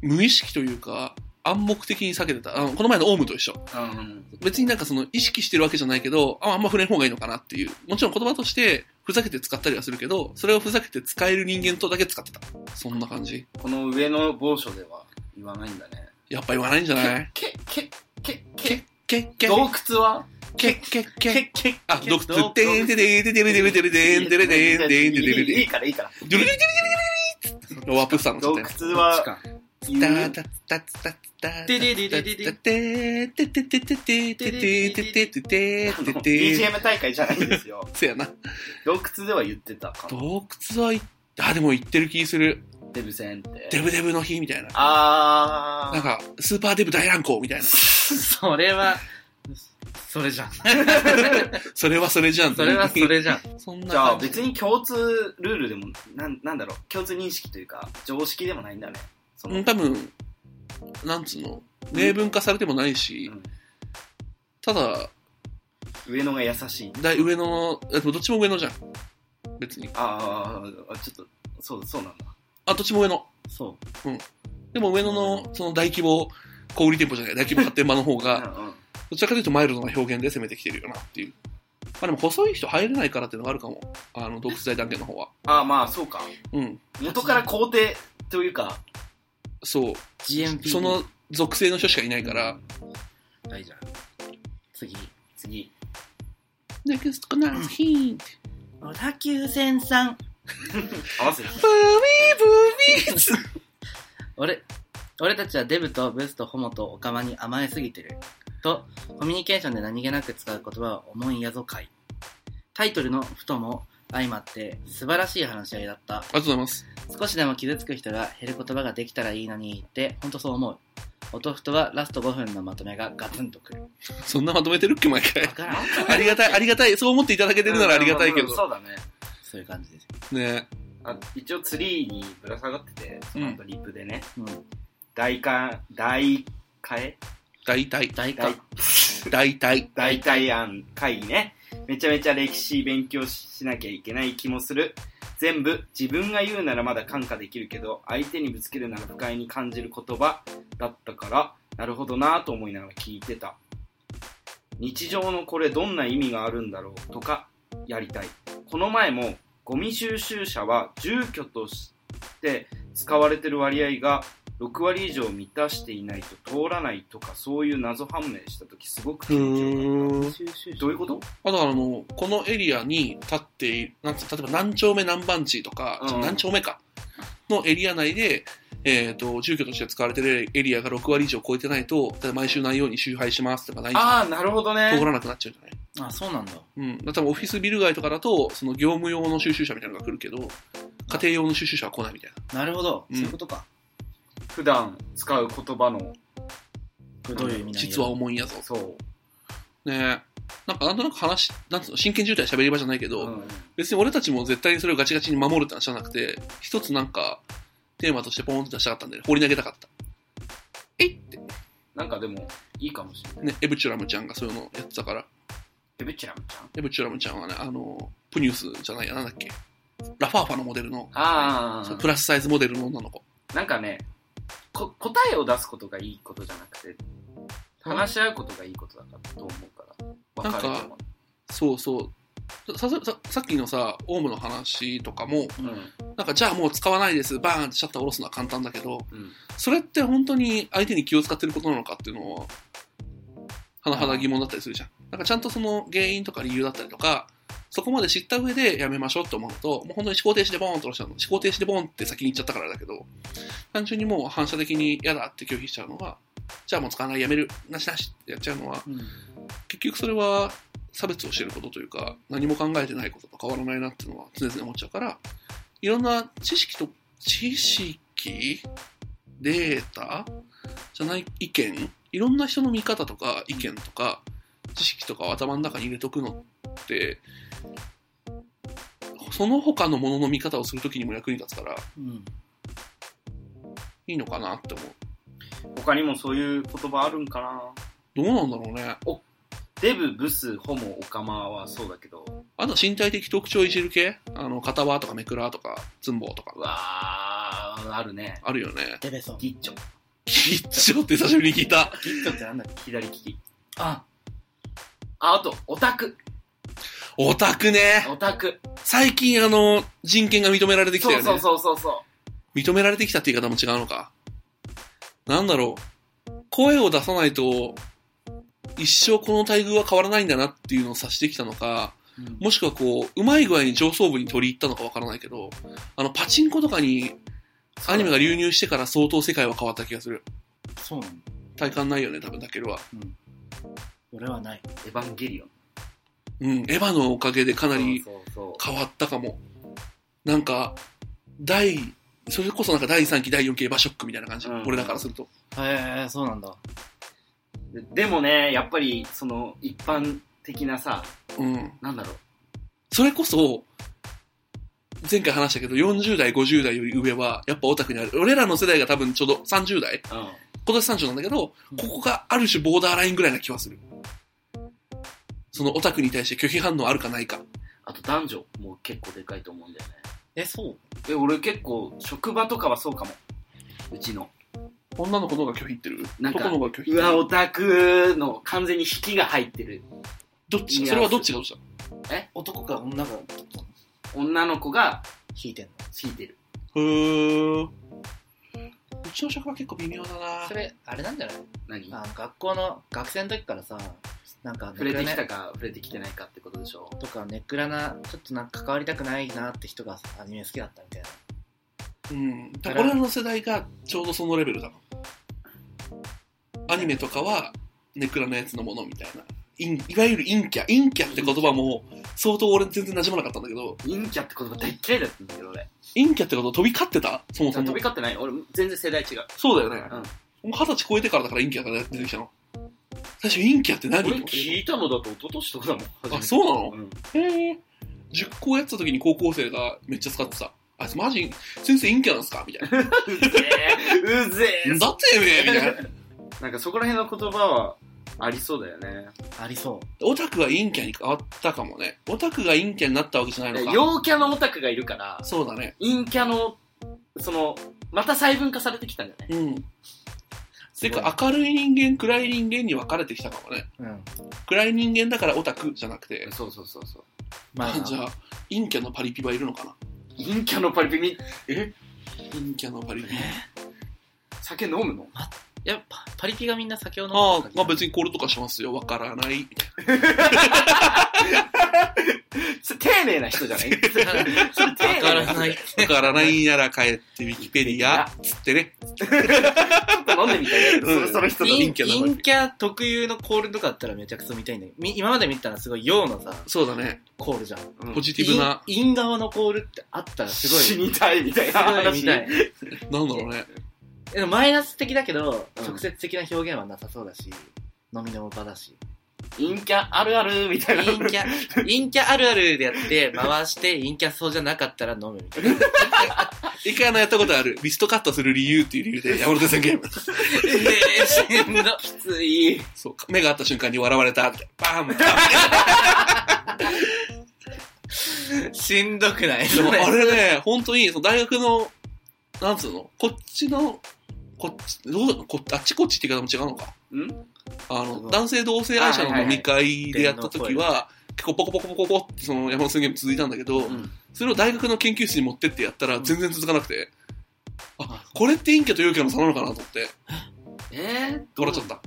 [SPEAKER 3] 無意識というか、暗黙的に避けてた。あのこの前のオウムと一緒。
[SPEAKER 1] うん、
[SPEAKER 3] 別になんかその意識してるわけじゃないけど、ああんま触れん方がいいのかなっていう。もちろん言葉として、ふざけて使ったりはするけど、それをふざけて使える人間とだけ使ってた。そんな感じ。
[SPEAKER 1] この上の某所では言わないんだね。
[SPEAKER 3] やっぱ言わないんじゃない
[SPEAKER 1] け、け、け、
[SPEAKER 3] け
[SPEAKER 1] け、、
[SPEAKER 3] け、け、
[SPEAKER 1] 洞窟は
[SPEAKER 3] け、け、け、
[SPEAKER 1] け、
[SPEAKER 3] あ、ドクツ、てんてれてれてれてれてんてれてんてんてれてれ
[SPEAKER 1] い
[SPEAKER 3] て
[SPEAKER 1] いからいいから。
[SPEAKER 3] ん。ドゥルルルルルルルルワープスターの
[SPEAKER 1] 洞
[SPEAKER 3] ね。
[SPEAKER 1] 窟
[SPEAKER 2] こっち
[SPEAKER 1] は
[SPEAKER 2] か。
[SPEAKER 1] 言
[SPEAKER 3] タ
[SPEAKER 1] う
[SPEAKER 3] タタタタ
[SPEAKER 2] でででででで
[SPEAKER 3] ててててててててててて
[SPEAKER 1] あの
[SPEAKER 3] てて
[SPEAKER 1] BGM 大会じゃないんですよ。
[SPEAKER 3] せやな。
[SPEAKER 1] 洞窟では言ってたかも。
[SPEAKER 3] 洞窟はい、あ、でも言ってる気する。
[SPEAKER 1] デブ戦って。
[SPEAKER 3] デブデブの日みたいな。
[SPEAKER 1] あ
[SPEAKER 3] な
[SPEAKER 1] ー。
[SPEAKER 3] んか、スーパーデブ大乱行みたいな。
[SPEAKER 2] それは、それじゃん。
[SPEAKER 3] それはそれじゃん。
[SPEAKER 2] それはそ。れじ ゃん。
[SPEAKER 3] そんな
[SPEAKER 1] じゃあ
[SPEAKER 3] 感じ。
[SPEAKER 1] 別に共通ルールでも、なん、なんだろう、共通認識というか、常識でもないんだね。その
[SPEAKER 3] うん、多分、なんつうの、明文化されてもないし、
[SPEAKER 1] うん
[SPEAKER 3] ただ、
[SPEAKER 1] 上野が優しい。
[SPEAKER 3] だい上の、えどっちも上のじゃん。別に。
[SPEAKER 1] ああ、ちょっと、そう、そうなんだ。
[SPEAKER 3] あ、どっちも上の。
[SPEAKER 2] そ。
[SPEAKER 3] でも上野の、その大規模、小売店舗じゃない、大規模発展場の方が、
[SPEAKER 1] うんうん
[SPEAKER 3] どちらかというとマイルドな表現で攻めてきてるよなっていう。まあでも細い人入れないからっていうのがあるかも。あの、独裁団権の方は。
[SPEAKER 1] ああ、まあ、そうか。
[SPEAKER 3] うん。
[SPEAKER 1] 元から肯定というか、
[SPEAKER 3] そう
[SPEAKER 2] GMP。
[SPEAKER 3] う。その属性の人しかいないから、
[SPEAKER 2] はい、じゃん。次。
[SPEAKER 1] 次。
[SPEAKER 3] NEXT コナーズヒント。
[SPEAKER 2] 小田急線さん。
[SPEAKER 1] 合わせて。
[SPEAKER 3] ブービーブービー
[SPEAKER 2] 俺、俺たちはデブとブスとホモとオカマに甘えすぎてる。と、コミュニケーションで何気なく使う言葉を思いやぞかい。タイトルのふとも相まって素晴らしい話し合いだった。
[SPEAKER 3] ありがとうございます。
[SPEAKER 2] 少しでも傷つく人が減る言葉ができたらいいのにって、ほんとそう思う。音ふとはラスト5分のまとめがガツンとくる。
[SPEAKER 3] そんなまとめてるっけ、毎回
[SPEAKER 2] わ。からん。
[SPEAKER 3] ありがたい、ありがたい。そう思っていただけてるならありがたいけ
[SPEAKER 1] うん
[SPEAKER 3] ど。
[SPEAKER 1] そうだね。
[SPEAKER 2] そういう感じです。
[SPEAKER 3] ね
[SPEAKER 1] あ一応、ツリーにぶら下がってて、その後リップでね、
[SPEAKER 2] うん。
[SPEAKER 1] 大か、大変え
[SPEAKER 3] 大体、
[SPEAKER 2] 大
[SPEAKER 1] 大
[SPEAKER 2] 会。
[SPEAKER 3] 大体。
[SPEAKER 1] 大体案会議ね。めちゃめちゃ歴史勉強しなきゃいけない気もする。全部自分が言うならまだ感化できるけど、相手にぶつけるなら不快に感じる言葉だったから、なるほどなぁと思いながら聞いてた。日常のこれどんな意味があるんだろうとか、やりたい。この前も、ゴミ収集車は住居として使われてる割合が6割以上満たしていないと通らないとか、そういう謎判明した時すごく
[SPEAKER 3] う
[SPEAKER 1] 気持ちよかった
[SPEAKER 3] ーん。
[SPEAKER 1] どういうこと
[SPEAKER 3] あとあの、このエリアに立っている、なんつ例えば何丁目何番地とか、
[SPEAKER 1] うん
[SPEAKER 3] 何丁目かのエリア内で、えっ、と、住居として使われてるエリアが6割以上超えてないと、例えば毎週ないように集配しますとかない
[SPEAKER 1] ああ、なるほどね
[SPEAKER 3] 通。らなくなっちゃうんじゃな
[SPEAKER 2] あ、
[SPEAKER 3] い
[SPEAKER 2] そうなんだ。
[SPEAKER 3] うん。だから多分オフィスビル街とかだと、その業務用の収集車みたいなのが来るけど、家庭用の収集車は来ないみたいな。
[SPEAKER 2] なるほど。
[SPEAKER 3] うん
[SPEAKER 2] そういうことか。
[SPEAKER 1] 普段使う言葉の、
[SPEAKER 2] これどういう意味なんや
[SPEAKER 3] 実は重いんやぞ。
[SPEAKER 1] そう。
[SPEAKER 3] ねえ。なんかなんとなく話、なんつうの、真剣渋滞喋り場じゃないけど、
[SPEAKER 1] うん
[SPEAKER 3] 別に俺たちも絶対にそれをガチガチに守るって話じゃなくて、一つなんか、テーマとしてポーンと出したかったんで、放り投げたかった。えいって。
[SPEAKER 1] なんかでも、いいかもしれない。
[SPEAKER 3] ね、エブチュラムちゃんがそういうのやってたから、
[SPEAKER 1] ペベチラムちゃん
[SPEAKER 3] エブチュラムちゃんはね、あの、プニュースじゃないや、なんだっけ。ラファーファのモデルの、
[SPEAKER 1] あ
[SPEAKER 3] そうプ
[SPEAKER 1] あ、
[SPEAKER 3] ラスサイズモデルの女の子。
[SPEAKER 1] なんかねこ、答えを出すことがいいことじゃなくて、話し合うことがいいことだと思うから、分かれても。
[SPEAKER 3] そうそう。さ、さ、ささっきのさ、オウムの話とかも、
[SPEAKER 1] うん
[SPEAKER 3] なんかじゃあもう使わないです、バーンってシャッター下ろすのは簡単だけど、
[SPEAKER 1] うん
[SPEAKER 3] それって本当に相手に気を使ってることなのかっていうのは、はなはだ疑問だったりするじゃん。なんかちゃんとその原因とか理由だったりとか、そこまで知った上でやめましょうって思うのと、もう本当に思考停止でボーンと落ちたの、思考停止でボーンって先に行っちゃったからだけど、単純にもう反射的に嫌だって拒否しちゃうのが、じゃあもう使わない、やめる、なしなしってやっちゃうのは、結局それは差別をしてることというか、何も考えてないことと変わらないなっていうのは常々思っちゃうから、いろんな知識と、知識データじゃない意見いろんな人の見方とか意見とか知識とかを頭の中に入れとくのって、その他のものの見方をするときにも役に立つから、
[SPEAKER 2] うん。
[SPEAKER 3] いいのかなって思う。
[SPEAKER 1] 他にもそういう言葉あるんかな
[SPEAKER 3] どうなんだろうね。
[SPEAKER 1] デブ、ブス、ホモ、オカマはそうだけど、
[SPEAKER 3] あとは身体的特徴いじる系あの、片輪とかめくらとか、つんぼうとか
[SPEAKER 1] う、わー、あるね。
[SPEAKER 3] あるよね。
[SPEAKER 2] デベソ。
[SPEAKER 1] ギッチョ。
[SPEAKER 3] きっちょって久しぶりに聞いた。
[SPEAKER 2] ギットってなんだっけ
[SPEAKER 1] 左利き。
[SPEAKER 2] あ、
[SPEAKER 1] あ、あと、オタク。
[SPEAKER 3] オタクね。
[SPEAKER 1] オタク。
[SPEAKER 3] 最近あの、人権が認められてきたよ
[SPEAKER 1] そう
[SPEAKER 3] ね。
[SPEAKER 1] そうそうそうそう。
[SPEAKER 3] 認められてきたって言い方も違うのか。なんだろう。声を出さないと、一生この待遇は変わらないんだなっていうのを察してきたの
[SPEAKER 2] う
[SPEAKER 3] か、
[SPEAKER 2] ん
[SPEAKER 3] もしくはこう、うまい具合に上層部に取り入ったのかわからないけど、あの、パチンコとかにアニメが流入してから相当世界は変わった気がする。
[SPEAKER 2] そうなんだ。
[SPEAKER 3] 体感ないよね、多分、だけどは。
[SPEAKER 2] 俺はない。
[SPEAKER 1] エヴァンゲリオン。
[SPEAKER 3] うん、エヴァのおかげでかなり
[SPEAKER 1] そうそうそ
[SPEAKER 3] 変わったかも。なんか、第、それこそなんか第3期、第4期エヴァショックみたいな感じ。
[SPEAKER 1] うん
[SPEAKER 3] 俺らからすると。
[SPEAKER 2] へえ、そうなんだ。
[SPEAKER 1] うで。でもね、やっぱり、その、一般的なさ、
[SPEAKER 3] うん。
[SPEAKER 1] なんだろう。
[SPEAKER 3] それこそ、前回話したけど、40代、50代より上は、やっぱオタクにある。俺らの世代が多分ちょうど30代
[SPEAKER 1] うん。
[SPEAKER 3] 今年30なんだけど、ここがある種ボーダーラインぐらいな気はする。そのオタクに対して拒否反応あるかないか。
[SPEAKER 1] あと男女も結構でかいと思うんだよね。
[SPEAKER 2] え、そう
[SPEAKER 1] え、俺結構、職場とかはそうかも。うちの。
[SPEAKER 3] 女の子の方が拒否ってる
[SPEAKER 1] なんか
[SPEAKER 3] 男の方が拒否って
[SPEAKER 1] う
[SPEAKER 3] る
[SPEAKER 1] わ、オタクの完全に引きが入ってる。
[SPEAKER 3] どっ
[SPEAKER 1] い
[SPEAKER 3] ち
[SPEAKER 1] や
[SPEAKER 3] それはどっちがどうした
[SPEAKER 2] 男か女が
[SPEAKER 1] 女の子が
[SPEAKER 2] 引いてんの
[SPEAKER 1] 引いてる。
[SPEAKER 3] へー。うちの職場結構微妙だな
[SPEAKER 2] それ、あれなんじゃない
[SPEAKER 1] 何
[SPEAKER 2] あの学校の、学生の時からさ、なんか、
[SPEAKER 1] 触れてきた
[SPEAKER 2] ネク
[SPEAKER 1] か、触れてきてないかってことでしょ
[SPEAKER 2] ラ。とか、ネクラな、ちょっとなんか関わりたくないなって人がアニメ好きだったみたいな。
[SPEAKER 3] うん。だから俺らの世代がちょうどそのレベルだもん。アニメとかは、ネクラのやつのものみたいな。陰いわゆる陰キャ。陰キャって言葉も、相当俺全然馴染まなかったんだけど、
[SPEAKER 1] 陰キャって言葉大っ嫌いだったんだけど、俺。
[SPEAKER 3] 陰キャってこと飛び交ってたそもそ
[SPEAKER 1] 飛び
[SPEAKER 3] も。
[SPEAKER 1] 交ってない俺、全然世代違う。
[SPEAKER 3] そうだよね。もう二十歳超えてからだから陰キャが出てきたの。最初陰キャって何
[SPEAKER 1] 俺
[SPEAKER 3] と思って
[SPEAKER 1] 聞いたのだと一昨年とかだもん初めて。
[SPEAKER 3] あ、そうなの
[SPEAKER 1] うん
[SPEAKER 3] へえ。10校やってた時に高校生がめっちゃ使ってた。あ、マジ先生陰キャなんすかみ たいな。
[SPEAKER 1] うぜえ、うぜ
[SPEAKER 3] なんだってめえみたいな。
[SPEAKER 1] え。なんかそこら辺の言葉はありそうだよね。
[SPEAKER 2] ありそう。
[SPEAKER 3] オタクが陰キャに変わったかもね。オタクが陰キャになったわけじゃないのか。
[SPEAKER 1] 陽キャのオタクがいるから、
[SPEAKER 3] そうだね。
[SPEAKER 1] 陰キャの、その、また細分化されてきたんだよね。
[SPEAKER 3] うん。てか、明るい人間、暗い人間に分かれてきたかもね。
[SPEAKER 2] うん。
[SPEAKER 3] 暗い人間だからオタクじゃなくて。
[SPEAKER 1] そうそうそうそう。
[SPEAKER 2] まあ、
[SPEAKER 3] じゃあ、陰キャのパリピはいるのかな
[SPEAKER 1] 陰キャのパリピミ、え
[SPEAKER 3] 陰キャのパリピ。
[SPEAKER 1] 酒飲むの
[SPEAKER 2] いや、パパリピがみんな酒を飲む
[SPEAKER 3] ああ、まあ
[SPEAKER 2] に。
[SPEAKER 3] 別にコールとかしますよ。わから ない。
[SPEAKER 1] それ丁寧な人じゃないそ れ丁
[SPEAKER 2] わ
[SPEAKER 1] 寧
[SPEAKER 2] から
[SPEAKER 1] 人。
[SPEAKER 2] ない
[SPEAKER 3] わからないなら帰ってウィキペディア。つってね。
[SPEAKER 1] ちょっと飲んでみたいな。
[SPEAKER 3] うん
[SPEAKER 1] その人
[SPEAKER 3] い
[SPEAKER 1] の
[SPEAKER 3] い
[SPEAKER 2] 陰キ
[SPEAKER 3] 陰キャのパリ
[SPEAKER 2] ャ
[SPEAKER 3] ピ
[SPEAKER 2] 特有のコールとかあったらめちゃくちゃ見たいんだけど、み今まで見たらすごい陽のさ、
[SPEAKER 3] そうだね。
[SPEAKER 2] コールじゃん。
[SPEAKER 1] うん
[SPEAKER 3] ポジティブな、
[SPEAKER 2] 陰陰側のコールってあったらすごい。
[SPEAKER 1] 死にたいみたいな
[SPEAKER 2] すごい
[SPEAKER 1] 話。
[SPEAKER 2] 見たい。
[SPEAKER 3] なんだろうね。
[SPEAKER 2] でもマイナス的だけど、
[SPEAKER 1] うん
[SPEAKER 2] 直接的な表現はなさそうだし、飲みの場だし。
[SPEAKER 1] 陰キャあるあるみたいな。
[SPEAKER 2] 陰キャ、陰キャあるあるでやって、回して、陰キャそうじゃなかったら飲むみたいな。
[SPEAKER 3] 一回あのやったことある。リストカットする理由っていう理由 で、山手線ゲーム。
[SPEAKER 2] ええしんど。
[SPEAKER 1] きつい。
[SPEAKER 3] そう。目が合った瞬間に笑われたって。バーン
[SPEAKER 2] しんどくない
[SPEAKER 3] でもあれね、本当に、その大学の、なんつうの、こっちの、こっち、どうこあっちこっちって言い方も違うのか。
[SPEAKER 1] ん
[SPEAKER 3] あ
[SPEAKER 2] すご
[SPEAKER 3] の、
[SPEAKER 2] い
[SPEAKER 3] 男性同性愛者
[SPEAKER 1] あはいはい
[SPEAKER 3] の
[SPEAKER 1] は
[SPEAKER 3] 飲
[SPEAKER 1] い
[SPEAKER 3] み会でやった時は、結構ポコポコポコポコってその山本宣言も続いたんだけど、
[SPEAKER 1] ん
[SPEAKER 3] それを大学の研究室に持ってってやったら
[SPEAKER 2] ん
[SPEAKER 3] 全然続かなくて、あ、これって陰キャと陽キャの差なのかなと思って、
[SPEAKER 1] えー、
[SPEAKER 3] 笑っちゃった。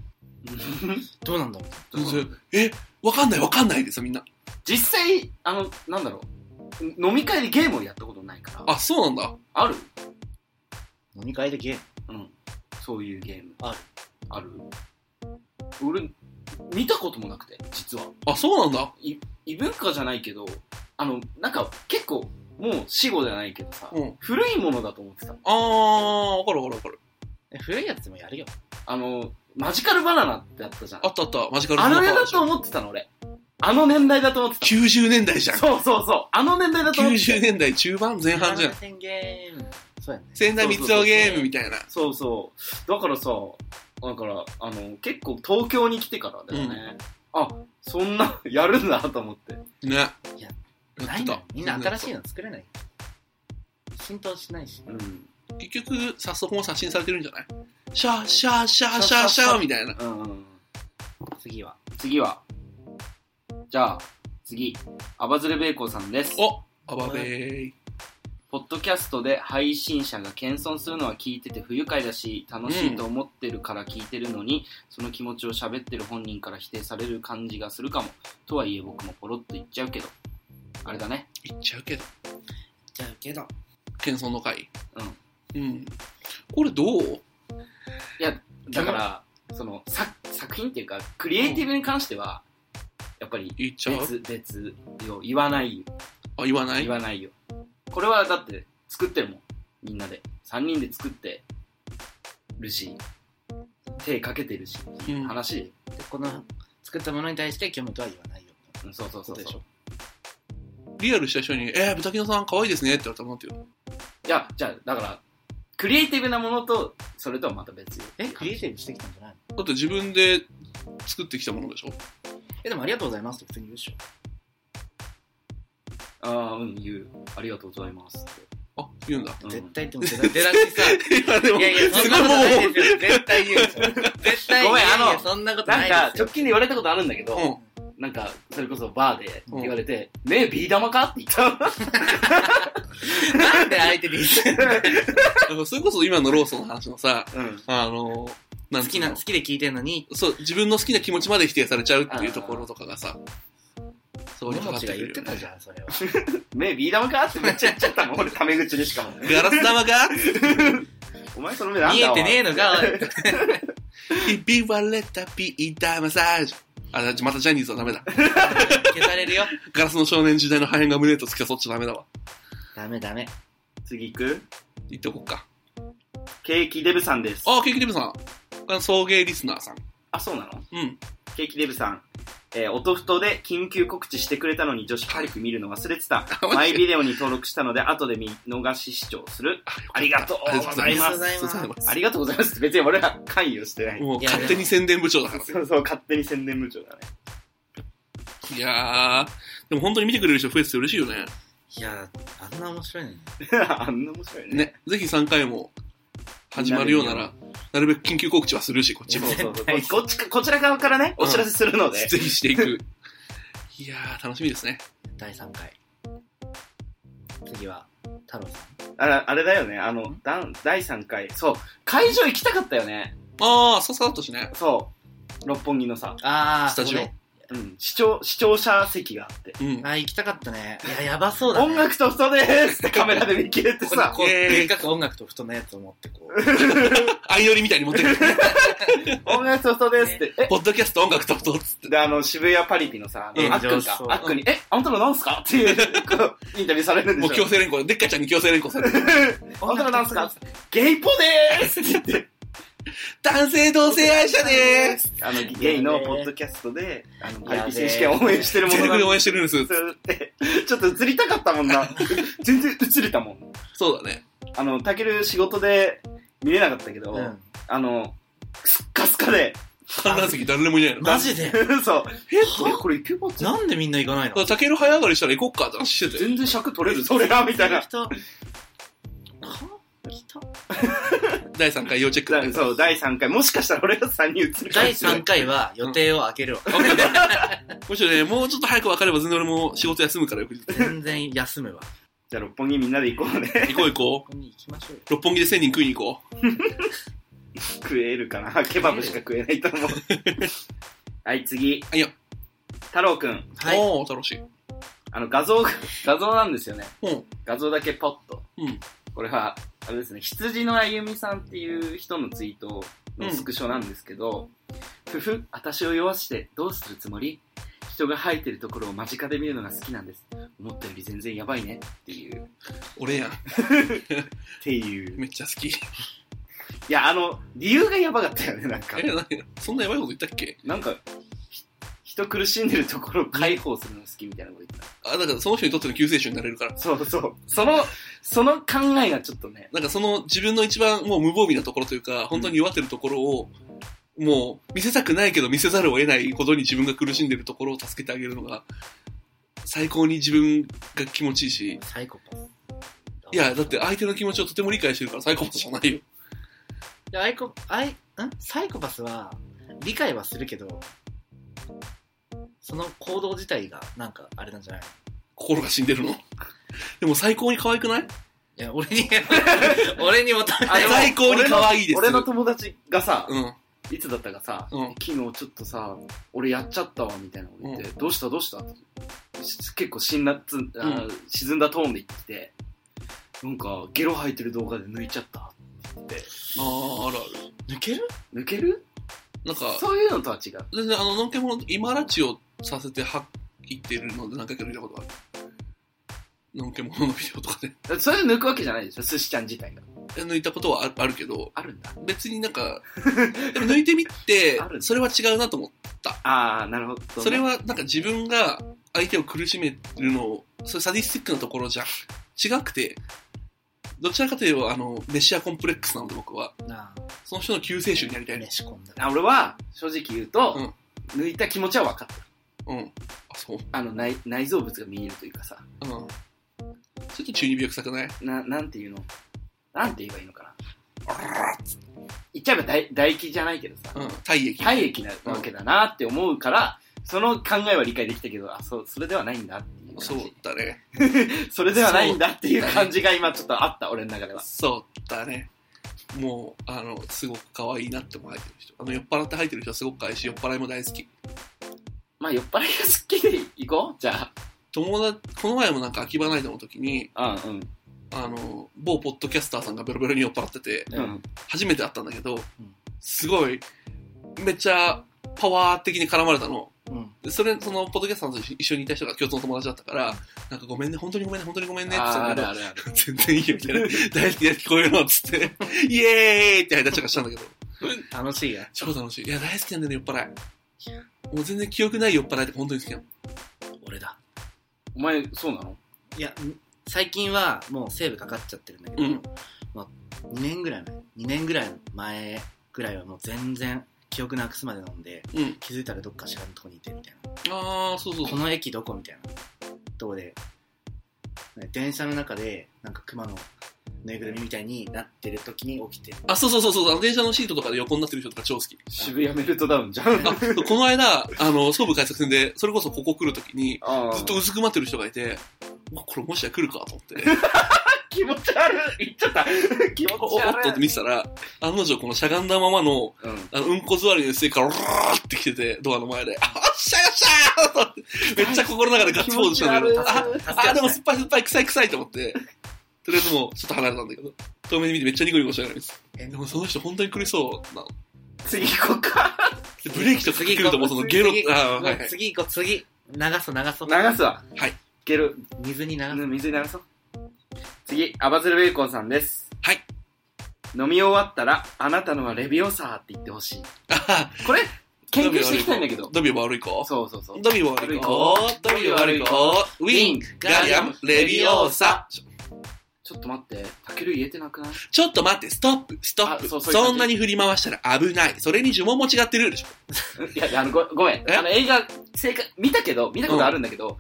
[SPEAKER 2] どうなんだろう。
[SPEAKER 3] それえ、わかんないわかんないですよ、みんな。
[SPEAKER 1] 実際、あの、なんだろう。飲み会でゲームをやったことないから。
[SPEAKER 3] あ、そうなんだ。
[SPEAKER 1] あ、る
[SPEAKER 2] 飲み会でゲーム。
[SPEAKER 1] うん。そういうゲーム。
[SPEAKER 2] ある。
[SPEAKER 1] ある俺、見たこともなくて、実は。
[SPEAKER 3] あ、そうなんだ。
[SPEAKER 1] 異文化じゃないけど、あの、なんか、結構、もう死後じゃないけどさ、
[SPEAKER 3] うん。
[SPEAKER 1] 古いものだと思ってたの。
[SPEAKER 3] あー、わかるわかるわかる。
[SPEAKER 2] え古いやつでもやるよ。
[SPEAKER 1] あの、マジカルバナナってあったじゃん
[SPEAKER 3] あ。ったあった、マジカル
[SPEAKER 1] あの
[SPEAKER 3] バ
[SPEAKER 1] 年
[SPEAKER 3] ナ
[SPEAKER 1] だ
[SPEAKER 3] ナ
[SPEAKER 1] と思ってたの、俺。あの年代だと思ってた。
[SPEAKER 3] 90年代じゃん。
[SPEAKER 1] そうそうそう。あの年代だと思ってた。
[SPEAKER 3] 90年代中盤前半じゃん。
[SPEAKER 2] ん。ゲーム。そうやね。
[SPEAKER 3] 仙台三尾ゲームみたいな。
[SPEAKER 1] そうそう。だからさ、だから、あの、結構東京に来てからだよね。あ、そんな、やるんだと思って。
[SPEAKER 3] ね。
[SPEAKER 2] いや
[SPEAKER 3] や
[SPEAKER 2] な
[SPEAKER 3] っ
[SPEAKER 2] い
[SPEAKER 3] て
[SPEAKER 2] の
[SPEAKER 3] た
[SPEAKER 2] よ。みんな新しいの作れない。浸透しないし。
[SPEAKER 1] うん。
[SPEAKER 3] 結局、早速も刷新されてるんじゃないシャーシャーシャーシャーシャーみたいな。
[SPEAKER 1] うんうん。
[SPEAKER 2] 次は。
[SPEAKER 1] 次は。じゃあ、次。アバズレベイコーさんです。
[SPEAKER 3] おアバベーイ。
[SPEAKER 1] ポッドキャストで配信者が謙遜するのは聞いてて不愉快だし、楽しいと思ってるから聞いてるのに、その気持ちを喋ってる本人から否定される感じがするかも。とはいえ僕もポロッと言っちゃうけど。あれだね。
[SPEAKER 3] いっちゃうけど。
[SPEAKER 2] じゃあけど。
[SPEAKER 3] 謙遜の回。
[SPEAKER 1] うん。
[SPEAKER 3] うん。これどう
[SPEAKER 1] だから、その作作品っていうか、クリエイティブに関しては、やっぱり
[SPEAKER 3] 言っちゃう
[SPEAKER 1] 別、別よ。言わないよ。
[SPEAKER 3] あ、言わない
[SPEAKER 1] 言わないよ。これはだって作ってるもん。みんなで。3人で作ってるし、手かけてるし、
[SPEAKER 3] うん
[SPEAKER 1] 話で。
[SPEAKER 2] で、この作ったものに対して虚無とは言わないよ。
[SPEAKER 1] うん、そうそうそう
[SPEAKER 2] そうでし
[SPEAKER 1] そう
[SPEAKER 2] ょ。
[SPEAKER 3] リアルした人に、えー、ブタキノさん可愛いですねって言われたらなんて言うの
[SPEAKER 1] いや、じゃあ、だから、クリエイティブなものと、それとはまた別よ。
[SPEAKER 2] え、クリエイティブしてきたんじゃないの
[SPEAKER 3] だって自分で作ってきたものでしょ
[SPEAKER 2] え、でもありがとうございますって普通に言うでしょ。
[SPEAKER 1] ああ、うん、言う。ありがとうございますって。
[SPEAKER 3] あ、言うんだ。
[SPEAKER 1] うん
[SPEAKER 2] 絶対でも出だ出だしさ。
[SPEAKER 3] いや、で も、
[SPEAKER 2] いやいや、そ
[SPEAKER 3] す
[SPEAKER 2] んな
[SPEAKER 3] ごい
[SPEAKER 2] ことない
[SPEAKER 3] もう、
[SPEAKER 2] ですよ。絶対言うでしょ。絶対言う
[SPEAKER 1] ごめんあの
[SPEAKER 2] いやそんなことな
[SPEAKER 1] ないん
[SPEAKER 2] で
[SPEAKER 1] か、
[SPEAKER 2] すよ
[SPEAKER 1] 直。近で言われたことあるんだけど、
[SPEAKER 3] うん
[SPEAKER 1] なんか、それこそバーで言われて、目ビー玉かって言った。
[SPEAKER 2] なんで相手で言うの
[SPEAKER 3] だからそれこそ今のローソンの話のさ、
[SPEAKER 1] うん。
[SPEAKER 3] あの、な
[SPEAKER 2] 好
[SPEAKER 3] んつう
[SPEAKER 2] き
[SPEAKER 3] の
[SPEAKER 2] な、好きで聞いてんのに、
[SPEAKER 3] そう、自分の好きな気持ちまで否定されちゃうっていうところとかがさ、そう
[SPEAKER 2] も
[SPEAKER 3] にかか
[SPEAKER 2] も
[SPEAKER 3] って
[SPEAKER 2] ちが
[SPEAKER 3] くるよ
[SPEAKER 2] 言って
[SPEAKER 3] ね
[SPEAKER 2] たじゃん、それは。
[SPEAKER 1] 目ビー玉かってめっちゃ言っちゃったの。俺、タメ口でしかも。
[SPEAKER 3] ガラス玉が
[SPEAKER 1] お前その目なんだ
[SPEAKER 2] 見えてねえのか、おい
[SPEAKER 3] ひび割れたビーダーマッサージ。あ、だってまたジャニーズはダメだ。
[SPEAKER 2] 消されるよ。
[SPEAKER 3] ガラスの少年時代の破片が胸と突き刺そっちゃダメだわ。
[SPEAKER 2] ダメダメ。
[SPEAKER 1] 次行く
[SPEAKER 3] 言っておこうか。
[SPEAKER 1] ケーキデブさんです。
[SPEAKER 3] あ、ケーキデブさん。これ送迎リスナーさん。
[SPEAKER 1] あ、そうなの
[SPEAKER 3] うん。
[SPEAKER 1] ケーキデブさん。えー、音ふとで緊急告知してくれたのに女子パルク見るの忘れてた。
[SPEAKER 3] マジで
[SPEAKER 1] マイビデオに登録したので、後で見逃し視聴する。ありがとう
[SPEAKER 3] あり
[SPEAKER 1] ご
[SPEAKER 3] がとうご
[SPEAKER 1] ざ
[SPEAKER 3] ざ
[SPEAKER 1] い
[SPEAKER 3] い
[SPEAKER 1] ま。
[SPEAKER 3] ます
[SPEAKER 2] ありがとうござい
[SPEAKER 1] ありがとうございますって別に俺は関与してない。
[SPEAKER 3] もう
[SPEAKER 2] いや
[SPEAKER 3] 勝手に宣伝部長だからね。
[SPEAKER 1] そうそう、勝手に宣伝部長だね。
[SPEAKER 3] いやー、でも本当に見てくれる人増えてて嬉しいよね。
[SPEAKER 2] いや、あんな面白いのに。
[SPEAKER 1] あんな面白いね。
[SPEAKER 3] ね、ぜひ3回も始まるようなら、なるべく緊急告知はするし、こっち
[SPEAKER 1] そう
[SPEAKER 3] も。
[SPEAKER 1] そうそう。こっちか、こちら側からね、お知らせするので。
[SPEAKER 3] ぜひしていく。いやー、楽しみですね。
[SPEAKER 2] 第3回。次は、太郎さ
[SPEAKER 1] ああれだよね、あの、だん第3回。そう、会場行きたかったよね。
[SPEAKER 3] あー、さっさっとしね。
[SPEAKER 1] そう。六本木のさ、
[SPEAKER 2] ん。あー、
[SPEAKER 3] スタジオ
[SPEAKER 2] ここね
[SPEAKER 1] うん、視聴、視聴者席があって。
[SPEAKER 3] うん。
[SPEAKER 2] あー、行きたかったね。いや、やばそうだね。
[SPEAKER 1] 音楽と太で ーすってカメラで見切れて
[SPEAKER 2] ここに
[SPEAKER 1] さ、
[SPEAKER 2] こう、
[SPEAKER 3] イエーイ
[SPEAKER 2] でっかく音楽と太のやつを持ってこう。
[SPEAKER 3] 相乗りみたいに持ってくる。
[SPEAKER 1] 音楽と太ですって、え
[SPEAKER 3] ポッドキャスト音楽と音っつって。
[SPEAKER 1] で、あの、渋谷パリピのさ、あの
[SPEAKER 3] 炎
[SPEAKER 1] あっく
[SPEAKER 2] 上
[SPEAKER 1] ん
[SPEAKER 2] し
[SPEAKER 1] か
[SPEAKER 2] そう、
[SPEAKER 1] あっくんに、え、あんたのなんすかっていう、 こうインタビューされるん
[SPEAKER 3] もう
[SPEAKER 1] でしょ
[SPEAKER 3] 強。制連行。でっかちゃんに強制連行される。
[SPEAKER 1] あんたのなんすかゲイポでーすって言って、
[SPEAKER 3] 男性同性愛者でーす。
[SPEAKER 1] あの、ゲイのポッドキャストで、あの、パリ
[SPEAKER 2] やべ
[SPEAKER 1] ピ
[SPEAKER 2] え
[SPEAKER 1] 選手権を応援してるも
[SPEAKER 3] 全
[SPEAKER 1] の
[SPEAKER 3] 力
[SPEAKER 1] なん
[SPEAKER 3] で
[SPEAKER 1] で
[SPEAKER 3] 応援してるんです。
[SPEAKER 1] すって、ちょっと映りたかったもんな。全然映れたもん。
[SPEAKER 3] そうだね。
[SPEAKER 1] あの、たける仕事で見れなかったけど、
[SPEAKER 2] うん。
[SPEAKER 1] あの、すっかすかで、
[SPEAKER 3] 観覧席誰もいないの。だ
[SPEAKER 2] マジで
[SPEAKER 1] そう。
[SPEAKER 3] え
[SPEAKER 1] え、これいけば
[SPEAKER 2] なんでみんな行かない
[SPEAKER 3] から
[SPEAKER 2] の
[SPEAKER 3] タケル早上がりしたら行こっかって話してて。
[SPEAKER 1] 全然尺取れるそれらみたいな。
[SPEAKER 2] 人、は来た
[SPEAKER 3] 第3回要チェックだね。
[SPEAKER 1] そう、第3回。もしかしたら俺が3人映るかも
[SPEAKER 2] 第
[SPEAKER 1] しれない
[SPEAKER 2] 3回は予定を開けるわ。
[SPEAKER 3] むしろね、 もうちょっと早く分かれば全然俺も仕事休むからよく行
[SPEAKER 2] 全然休 むわ。
[SPEAKER 1] じゃあ、六本木みんなで行こうね。
[SPEAKER 3] こう行こ
[SPEAKER 2] ここに行きましょうよ。
[SPEAKER 3] う。六本木で1000人食いに行こう。
[SPEAKER 1] 食えるかな。ケバブしか食えないと思 う。はい、次。
[SPEAKER 3] いよ
[SPEAKER 1] 太郎くん。
[SPEAKER 2] はい。
[SPEAKER 3] おー、楽しい。
[SPEAKER 1] あの、画像、 画像なんですよね。
[SPEAKER 3] うん。
[SPEAKER 1] 画像だけポッと。
[SPEAKER 3] うん。
[SPEAKER 1] これは、あれですね、羊のあゆみさんっていう人のツイートのスクショなんですけど、ふふ、私を酔わしてどうするつもり人が生えてるところを間近で見るのが好きなんです。思ったより全然やばいね。っていう。っ
[SPEAKER 3] 俺やん。
[SPEAKER 1] ていう。
[SPEAKER 3] めっちゃ好き。
[SPEAKER 1] いや、あの、理由がやばかったよね、なんか
[SPEAKER 3] え、。なんかそんなやばいこと言ったっけ
[SPEAKER 1] なんか、ひ人苦しんでるところを解放するの好きみたいなこと言ってた。
[SPEAKER 3] あ、だからその人にとっての救世主になれるから。
[SPEAKER 1] そうそう。その、その考えがちょっとね、
[SPEAKER 3] なんかその自分の一番もう無防備なところというか、本当に弱ってるところを、もう見せたくないけど見せざるを得ないほどに自分が苦しんでるところを助けてあげるのが、最高に自分が気持ちいいし、
[SPEAKER 2] サイコパス。
[SPEAKER 3] いや、だって相手の気持ちをとても理解してるから最高じゃないよ。
[SPEAKER 2] いやアイコ、アイ、んサイコパスは、理解はするけど、その行動自体が、なんか、あれなんじゃない
[SPEAKER 3] 心が死んでるの。でも最高に可愛くない
[SPEAKER 2] いや、俺に、 俺に求め
[SPEAKER 1] あ
[SPEAKER 2] た
[SPEAKER 1] でも
[SPEAKER 3] 最高に可愛いです。
[SPEAKER 1] 俺の友達がさ、
[SPEAKER 3] うん。
[SPEAKER 1] いつだったかさ、
[SPEAKER 3] うん
[SPEAKER 1] 昨日ちょっとさ、俺やっちゃったわ、みたいなこと言って、どうしたどうしたってし結構辛辣、あー沈んだトーンで言ってきて、なんか、ゲロ吐いてる動画で抜いちゃった。
[SPEAKER 3] ああ、あるある。
[SPEAKER 2] 抜ける
[SPEAKER 1] 抜ける
[SPEAKER 3] なんか、
[SPEAKER 1] そういうのとは違う。
[SPEAKER 3] 全然あの、のんけもの、今ラチをさせては行ってるので何回か見たことがある。のんけもののビデオとかで。
[SPEAKER 1] だってそれで抜くわけじゃないでしょ、寿司ちゃん自体が。
[SPEAKER 3] 抜いたことはあるあるけど、
[SPEAKER 1] あるんだ。
[SPEAKER 3] 別になんか、でも抜いてみ て
[SPEAKER 1] ある、
[SPEAKER 3] それは違うなと思っ
[SPEAKER 1] ああ、なるほど、
[SPEAKER 3] た。それ、はなんか自分が相手を苦しめるのを、それサディスティックなところじゃん。違くて、どちらかといえば、あの、メシアコンプレックスなので僕は、
[SPEAKER 2] な
[SPEAKER 3] その人の救世主になりた
[SPEAKER 2] あ、
[SPEAKER 3] いね。
[SPEAKER 2] 飯込んだ。
[SPEAKER 1] あ俺は、正直言うと、抜いた気持ちは分かった。
[SPEAKER 3] うん。あ、そう。
[SPEAKER 1] あの内内臓物が見えるというかさ
[SPEAKER 3] うん。ちょっと中二病臭くない
[SPEAKER 1] ななんていうのなんて言えばいいのかな言っちゃえば唾唾液じゃないけどさ
[SPEAKER 3] うん。体液。
[SPEAKER 1] 体液なわけだなって思うから、その考えは理解できたけどあそうそれではないんだっていう感じ
[SPEAKER 3] そうだね。
[SPEAKER 1] それではないんだっていう感じが今ちょっとあった俺の中では
[SPEAKER 3] そうだね。もう、あの、すごく可愛いなって思われてる人。あの、酔っ払って入ってる人はすごく可愛いし、酔っ払いも大好き。
[SPEAKER 1] まあ酔っ払いが好きで行こうじゃ
[SPEAKER 3] 友達、この前もなんか秋葉ナイトの時に、
[SPEAKER 1] あうんうん
[SPEAKER 3] あの、某ポッドキャスターさんがベロベロに酔っ払ってて、
[SPEAKER 1] うん
[SPEAKER 3] 初めて会ったんだけど、すごい、めっちゃパワー的に絡まれたの。
[SPEAKER 2] うん。
[SPEAKER 3] でそれ、その、ポッドキャスターさんと一緒にいた人が共通の友達だったから、なんかごめんね、本当にごめんね、本当にごめんねって言って
[SPEAKER 1] あ
[SPEAKER 3] た
[SPEAKER 1] ーあ
[SPEAKER 3] んだけ
[SPEAKER 1] る
[SPEAKER 3] ど
[SPEAKER 1] あるある
[SPEAKER 3] 全然いいよ、みたいな。大好きだよ、聞こえるの、つって。イエーイってハイタッチとかしたんだけど。
[SPEAKER 2] 楽しいや。
[SPEAKER 3] 超楽しい。いや、大好きなんだよね、酔っ払い。もう全然記憶ない酔っ払いって本当に好きなの。
[SPEAKER 2] 俺だ。
[SPEAKER 1] お前そうなの
[SPEAKER 2] いや、ん最近はもうセーブかかっちゃってるんだけど、
[SPEAKER 3] うん
[SPEAKER 2] まあ、2年ぐらい前、2年ぐらい前ぐらいはもう全然記憶なくすまで飲んで、
[SPEAKER 3] うん。
[SPEAKER 2] 気づいたらどっか知らんとこにいてみたいな。
[SPEAKER 3] あー、そうそう
[SPEAKER 2] こ
[SPEAKER 3] そう。
[SPEAKER 2] の駅どこみたいな。とこで、ね電車の中でなんか熊のぬいぐるみみたいになってる時に起きてる。
[SPEAKER 3] あ、そうそうそうそう。あの電車のシートとかで横になってる人とか超好き。
[SPEAKER 1] 渋谷メルトダウンじゃん
[SPEAKER 3] あ、そう この間、あの、総武快速線で、それこそここ来るときに、
[SPEAKER 1] あ
[SPEAKER 3] ずっとうずくまってる人がいて、うわこれもしや来るかと思って、
[SPEAKER 1] 気持ち悪い言っちゃった気持ち悪い
[SPEAKER 3] おおっとって見てたら、案の定このしゃがんだままの、
[SPEAKER 1] うん
[SPEAKER 3] あの、うんこ座りの姿勢から、うわーって来てて、ドアの前で、あ、よっしゃよっしゃーと思って、めっちゃ心の中でガッツポーズしたんだけ
[SPEAKER 1] 気
[SPEAKER 3] ど、
[SPEAKER 1] 持ち悪
[SPEAKER 3] あ
[SPEAKER 1] い、
[SPEAKER 2] 助け
[SPEAKER 3] あ、でも
[SPEAKER 2] 合って
[SPEAKER 3] 酸っぱい酸っぱい臭い臭いと思って、とりあえずもうちょっと離れたんだけど、遠目に見てめっちゃニコニコしながら見てた
[SPEAKER 2] え
[SPEAKER 3] でもその人本当に苦しそうなの。
[SPEAKER 1] 次行こうか
[SPEAKER 3] でブレーキとかかけるともうそのゲロ、
[SPEAKER 2] 次
[SPEAKER 3] あー、はいは
[SPEAKER 2] もう
[SPEAKER 3] い。
[SPEAKER 2] 次行こう、次。流そう、流そう。
[SPEAKER 1] 流すわ。
[SPEAKER 3] はい。
[SPEAKER 1] ゲロ、
[SPEAKER 2] 水に流す。
[SPEAKER 1] 水に流そう。次、アバズルベーコンさんです。
[SPEAKER 3] はい。
[SPEAKER 1] 飲み終わったら、あなたのはレビオサーって言ってほしい。
[SPEAKER 3] あは
[SPEAKER 1] これ、研究していきたいんだけど。
[SPEAKER 3] ドビは悪いか
[SPEAKER 1] そうそうそう。
[SPEAKER 3] ドビは悪い子、ドビは悪い子、ウィン、ガリアム、レビオーサ。
[SPEAKER 1] ちょっと待って、タケル言えてなくない
[SPEAKER 3] ちょっと待って、ストップ、ストッ
[SPEAKER 1] あ
[SPEAKER 3] プ。
[SPEAKER 1] そ
[SPEAKER 3] そう
[SPEAKER 1] そういう感じ
[SPEAKER 3] んなに振り回したら危ない。それに呪文も違ってるでしょ。
[SPEAKER 1] いやいや、あの、ごごめん。
[SPEAKER 3] え
[SPEAKER 1] あの、映画、正解、見たけど、見たことあるんだけど、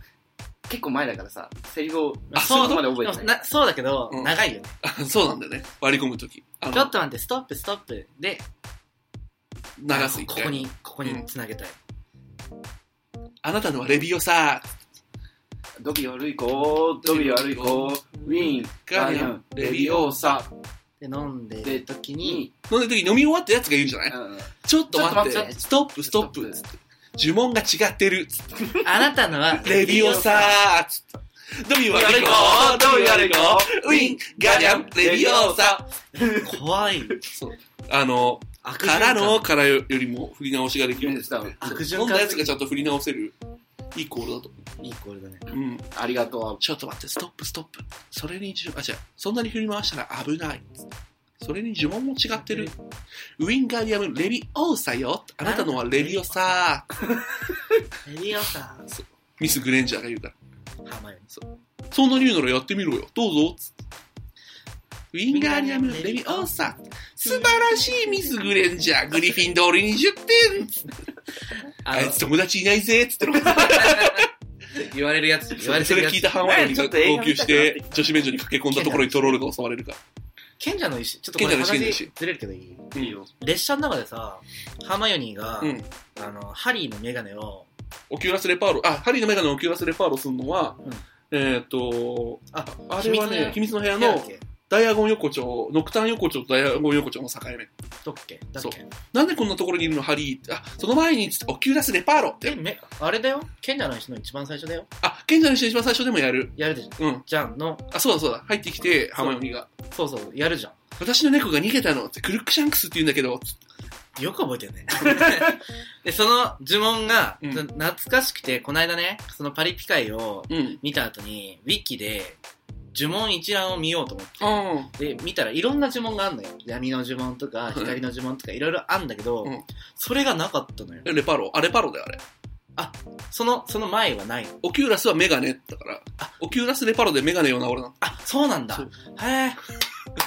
[SPEAKER 1] 結構前だからさ、セリフを、
[SPEAKER 3] あ
[SPEAKER 1] そ
[SPEAKER 3] そう
[SPEAKER 1] こまで覚え
[SPEAKER 2] で
[SPEAKER 1] て
[SPEAKER 2] も
[SPEAKER 1] ない。
[SPEAKER 2] なそうだけど、
[SPEAKER 3] うん
[SPEAKER 2] 長いよね。
[SPEAKER 3] あそうなんだよね。割り込むとき。あ
[SPEAKER 2] ちょ
[SPEAKER 3] の
[SPEAKER 2] っ、と待って、ストップ、ストップ。で、
[SPEAKER 3] 流す一
[SPEAKER 2] ここ
[SPEAKER 3] 回。
[SPEAKER 2] に、ここに繋げたい。
[SPEAKER 3] あなたのはレビオサ。
[SPEAKER 1] ドビ悪い子、ドビ悪い子、ウィーン、ガ
[SPEAKER 3] ガ
[SPEAKER 1] リ
[SPEAKER 3] リ
[SPEAKER 1] ア
[SPEAKER 3] ア
[SPEAKER 1] ン
[SPEAKER 3] ン、
[SPEAKER 1] レビオーサ。
[SPEAKER 2] で、飲んでる時に、
[SPEAKER 3] 飲んでる時に飲み終わったやつが言うんじゃない
[SPEAKER 1] うん
[SPEAKER 3] ちょっと待っ
[SPEAKER 1] ちょっと待
[SPEAKER 3] て、
[SPEAKER 1] って
[SPEAKER 3] ストップ、ストップ、つって。呪文が違ってる、つっ
[SPEAKER 2] あなたのは、
[SPEAKER 3] て。レビオサー、つって。ドミはレコー、ドミはレコー、ウィン、ガリャン、レビオサ
[SPEAKER 2] 怖い。
[SPEAKER 3] そう。あの、
[SPEAKER 2] 悪循環
[SPEAKER 3] からの、からよりも振り直しができ
[SPEAKER 1] いい
[SPEAKER 3] る
[SPEAKER 1] で。す多分
[SPEAKER 2] 悪
[SPEAKER 3] 飲
[SPEAKER 2] 循
[SPEAKER 3] んだ
[SPEAKER 2] 環
[SPEAKER 3] やつがちゃんと振り直せる。いいコールだと思
[SPEAKER 2] いいコールだね。
[SPEAKER 3] う。うん。
[SPEAKER 1] ありが と
[SPEAKER 3] ちょっと待って、ストップ、ストップ。それに呪、あ、違う。そんなに振り回したら危ない。それに呪文も違ってる。ウィンガリアム、レビオーサよ。あなたのはレビオサー。
[SPEAKER 2] レビオさん、
[SPEAKER 3] ミス・グレンジャーが言うから。
[SPEAKER 2] ハマよ
[SPEAKER 3] そんなに言うならやってみろよ。どうぞ。つってウィンガーニアム・レビオーサ。素晴らしいミス・グレンジャー。グリフィンドールに10点。あ
[SPEAKER 2] あ
[SPEAKER 3] い
[SPEAKER 2] の
[SPEAKER 3] つ、友達いないぜ。つっての
[SPEAKER 2] 言われるやつ、言われ
[SPEAKER 3] そ
[SPEAKER 2] てる
[SPEAKER 3] れ
[SPEAKER 2] や
[SPEAKER 3] 聞い
[SPEAKER 2] つ。
[SPEAKER 3] たハンワイ
[SPEAKER 1] ね
[SPEAKER 3] に
[SPEAKER 1] ちょ
[SPEAKER 3] が
[SPEAKER 1] っと映
[SPEAKER 3] 号
[SPEAKER 1] 画
[SPEAKER 3] 泣
[SPEAKER 1] 見た
[SPEAKER 3] し
[SPEAKER 1] くなって
[SPEAKER 3] て、女子便所に駆け込んだところにトロールが襲われるから。
[SPEAKER 2] 賢者の石、ちょっとこれ
[SPEAKER 3] 賢者の石
[SPEAKER 2] 話ずれるけどいいう
[SPEAKER 1] いいよ
[SPEAKER 2] 列車の中でさ、ハーマヨニーが、
[SPEAKER 3] うん。
[SPEAKER 2] あの、ハリーのメガネを、
[SPEAKER 3] オキュラス・レパーロ、あ、ハリーのメガネのオキュラス・レパーロするのは、
[SPEAKER 2] うん
[SPEAKER 3] えっ、と、
[SPEAKER 2] あ、
[SPEAKER 3] あれはね、
[SPEAKER 2] 秘
[SPEAKER 3] 秘密の部屋
[SPEAKER 2] 密の部屋だ
[SPEAKER 3] の
[SPEAKER 2] っけ
[SPEAKER 3] ダイヤゴン横丁、ノクターン横丁とダイヤゴン横丁の境目。
[SPEAKER 2] どっけだっ
[SPEAKER 3] そう
[SPEAKER 2] け
[SPEAKER 3] なんでこんなところにいるの、ハリーって。あ、その前に、つってオキュラス・レパーロっ
[SPEAKER 2] え、
[SPEAKER 3] て。
[SPEAKER 2] め、あれだよ賢者の石の一番最初だよ
[SPEAKER 3] あ、賢者の人一番最初でもやる。
[SPEAKER 2] やるでしょ
[SPEAKER 3] うん。
[SPEAKER 2] じゃんの、
[SPEAKER 3] あ、そうだそうだ。入ってきて、ハーマイオニーが。
[SPEAKER 2] そうそう、やるじゃん。
[SPEAKER 3] 私の猫が逃げたのって、クルックシャンクスって言うんだけど、つって
[SPEAKER 2] よく覚えてるね。 で、その呪文が、
[SPEAKER 3] うん
[SPEAKER 2] 懐かしくて、この間ね、そのパリピ会を
[SPEAKER 3] うん。
[SPEAKER 2] 見た後に、ウィキで、呪文一覧を見ようと思って。
[SPEAKER 3] あ
[SPEAKER 2] で、見たらいろんな呪文があんのよ。闇の呪文とか、
[SPEAKER 3] い
[SPEAKER 2] 光の呪文とか、いろいろあんだけど、
[SPEAKER 3] うん
[SPEAKER 2] それがなかったのよ
[SPEAKER 3] あ。。レパロ。あ、レパロだよ、あれ。
[SPEAKER 2] その、その前はないの。
[SPEAKER 3] オキュラスはメガネだから。
[SPEAKER 2] あ
[SPEAKER 3] オキュラス・レパロでメガネを治るな。
[SPEAKER 2] あ、そうなんだ。
[SPEAKER 3] そ
[SPEAKER 2] へ
[SPEAKER 3] う
[SPEAKER 2] え。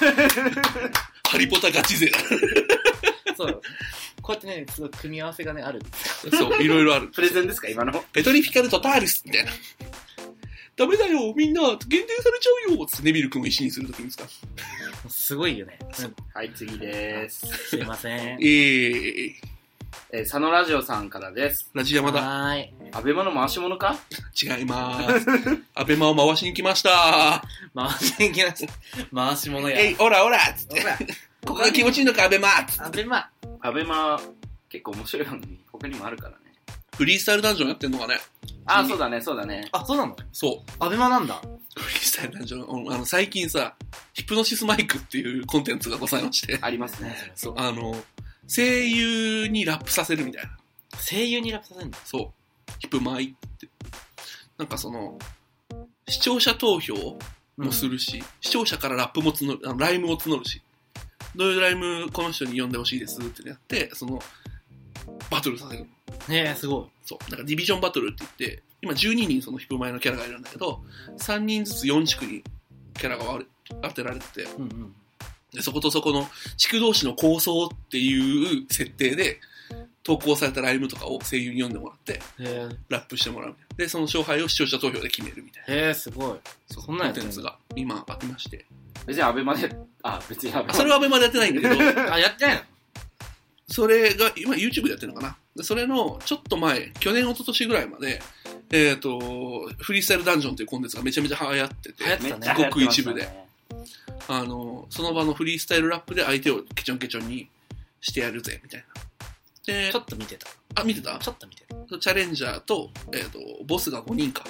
[SPEAKER 3] ハリポタガチ勢だ。
[SPEAKER 2] そう。こうやってね、すごい組み合わせがね、ある。
[SPEAKER 3] そう、いろいろある
[SPEAKER 1] う。プレゼンですか今の
[SPEAKER 3] ペトリフィカルトタールスみたいな。ダメだよ、みんな、限定されちゃうよつってネビル君を石にするときに使う。
[SPEAKER 2] すごいよね。
[SPEAKER 1] はい次です、
[SPEAKER 2] すいません。
[SPEAKER 3] えー、
[SPEAKER 1] えー、佐野ラジオさんからです
[SPEAKER 3] ラジヤマだ。
[SPEAKER 2] はーい。
[SPEAKER 1] 安倍マの回し物か
[SPEAKER 3] 違いまーす。アベマを回しに来ました。
[SPEAKER 2] 回していきました。回し物や。
[SPEAKER 3] えい、オラオラつって。
[SPEAKER 2] ほら、
[SPEAKER 3] ここが気持ちいいのか、アベマつって
[SPEAKER 2] あべま。
[SPEAKER 1] 安倍マ結構面白い番組他にもあるからね
[SPEAKER 3] フリースタイルダンジョンやってんのかね
[SPEAKER 1] あーそうだねそうだね
[SPEAKER 2] あ、そうなの
[SPEAKER 3] そう。
[SPEAKER 2] アベマなんだ。
[SPEAKER 3] フリースタイルダンジョン、あの、最近さ、ヒプノシスマイクっていうコンテンツがございまして、
[SPEAKER 1] ありますね
[SPEAKER 3] そう、あの、声優にラップさせるみたいな。
[SPEAKER 2] 声優にラップさせるんだ。
[SPEAKER 3] そう。ヒプマイって。なんかその、視聴者投票もするし、視聴者からラップも募る、あのライムも募るし、どういうライムこの人に呼んでほしいですってやって、その、バトルさせる。
[SPEAKER 2] ねえ、すご
[SPEAKER 3] そう。なんかディビジョンバトルって言って、今12人そのヒプマイのキャラがいるんだけど、3人ずつ4地区にキャラが割れ当てられてて、
[SPEAKER 2] い。うんうん。
[SPEAKER 3] で、そことそこの地区同士の構想っていう設定で、投稿されたライブとかを声優に読んでもらって、
[SPEAKER 2] へ
[SPEAKER 3] ラップしてもらうみたいな。で、その勝敗を視聴者投票で決めるみたいな。
[SPEAKER 2] え、へえ、すごい。そんなんや
[SPEAKER 3] コン
[SPEAKER 2] って
[SPEAKER 3] テ
[SPEAKER 2] ん
[SPEAKER 3] ン
[SPEAKER 2] の
[SPEAKER 3] ツが今ありまして。
[SPEAKER 1] 別に安倍マであ別に安
[SPEAKER 3] あ
[SPEAKER 1] 倍
[SPEAKER 3] それはアベマでやってないんだけど、
[SPEAKER 2] あ、やってないの
[SPEAKER 3] それが今 YouTube でやってるのかな。でそれのちょっと前、去年一昨年ぐらいまで、えっ、と、フリースタイルダンジョンっていうコンテンツがめちゃめちゃ流行ってて
[SPEAKER 2] 流行っ、
[SPEAKER 1] め
[SPEAKER 2] て
[SPEAKER 1] ったちゃ
[SPEAKER 2] ね。
[SPEAKER 1] 流行ってました
[SPEAKER 3] ごく一部で
[SPEAKER 1] ね
[SPEAKER 3] あの、その場のフリースタイルラップで相手をケチョンケチョンにしてやるぜ、みたいな。で
[SPEAKER 2] ちょ、っと見てた。
[SPEAKER 3] あ、見てた
[SPEAKER 2] ちょっと見てた。
[SPEAKER 3] チャレンジャーと、えっ、と、ボスが5人か。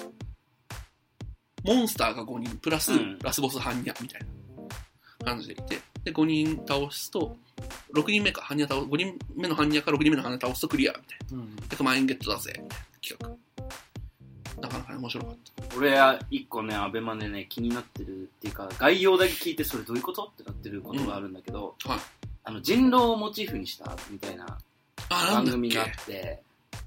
[SPEAKER 3] モンスターが5人、プラス、
[SPEAKER 1] うん
[SPEAKER 3] ラスボスハンニャみたいな感じでいて、で、5人倒すと、6人目か、ハンニャ倒す、5人目のハンニャか6人目のハンニャ倒すとクリアみたい
[SPEAKER 2] うん。
[SPEAKER 3] な。100万円ゲットだぜ、みたいな企画。なかなかね面白かっ
[SPEAKER 1] 俺は一個ね、アベマでね、気になってるっていうか、概要だけ聞いてそれどういうことってなってることがあるんだけど、
[SPEAKER 3] うんはい
[SPEAKER 1] あの、人狼をモチーフにしたみたいな
[SPEAKER 3] た。あ、
[SPEAKER 1] 番
[SPEAKER 3] なん
[SPEAKER 1] 組
[SPEAKER 3] だ
[SPEAKER 1] が
[SPEAKER 3] っ
[SPEAKER 1] あって、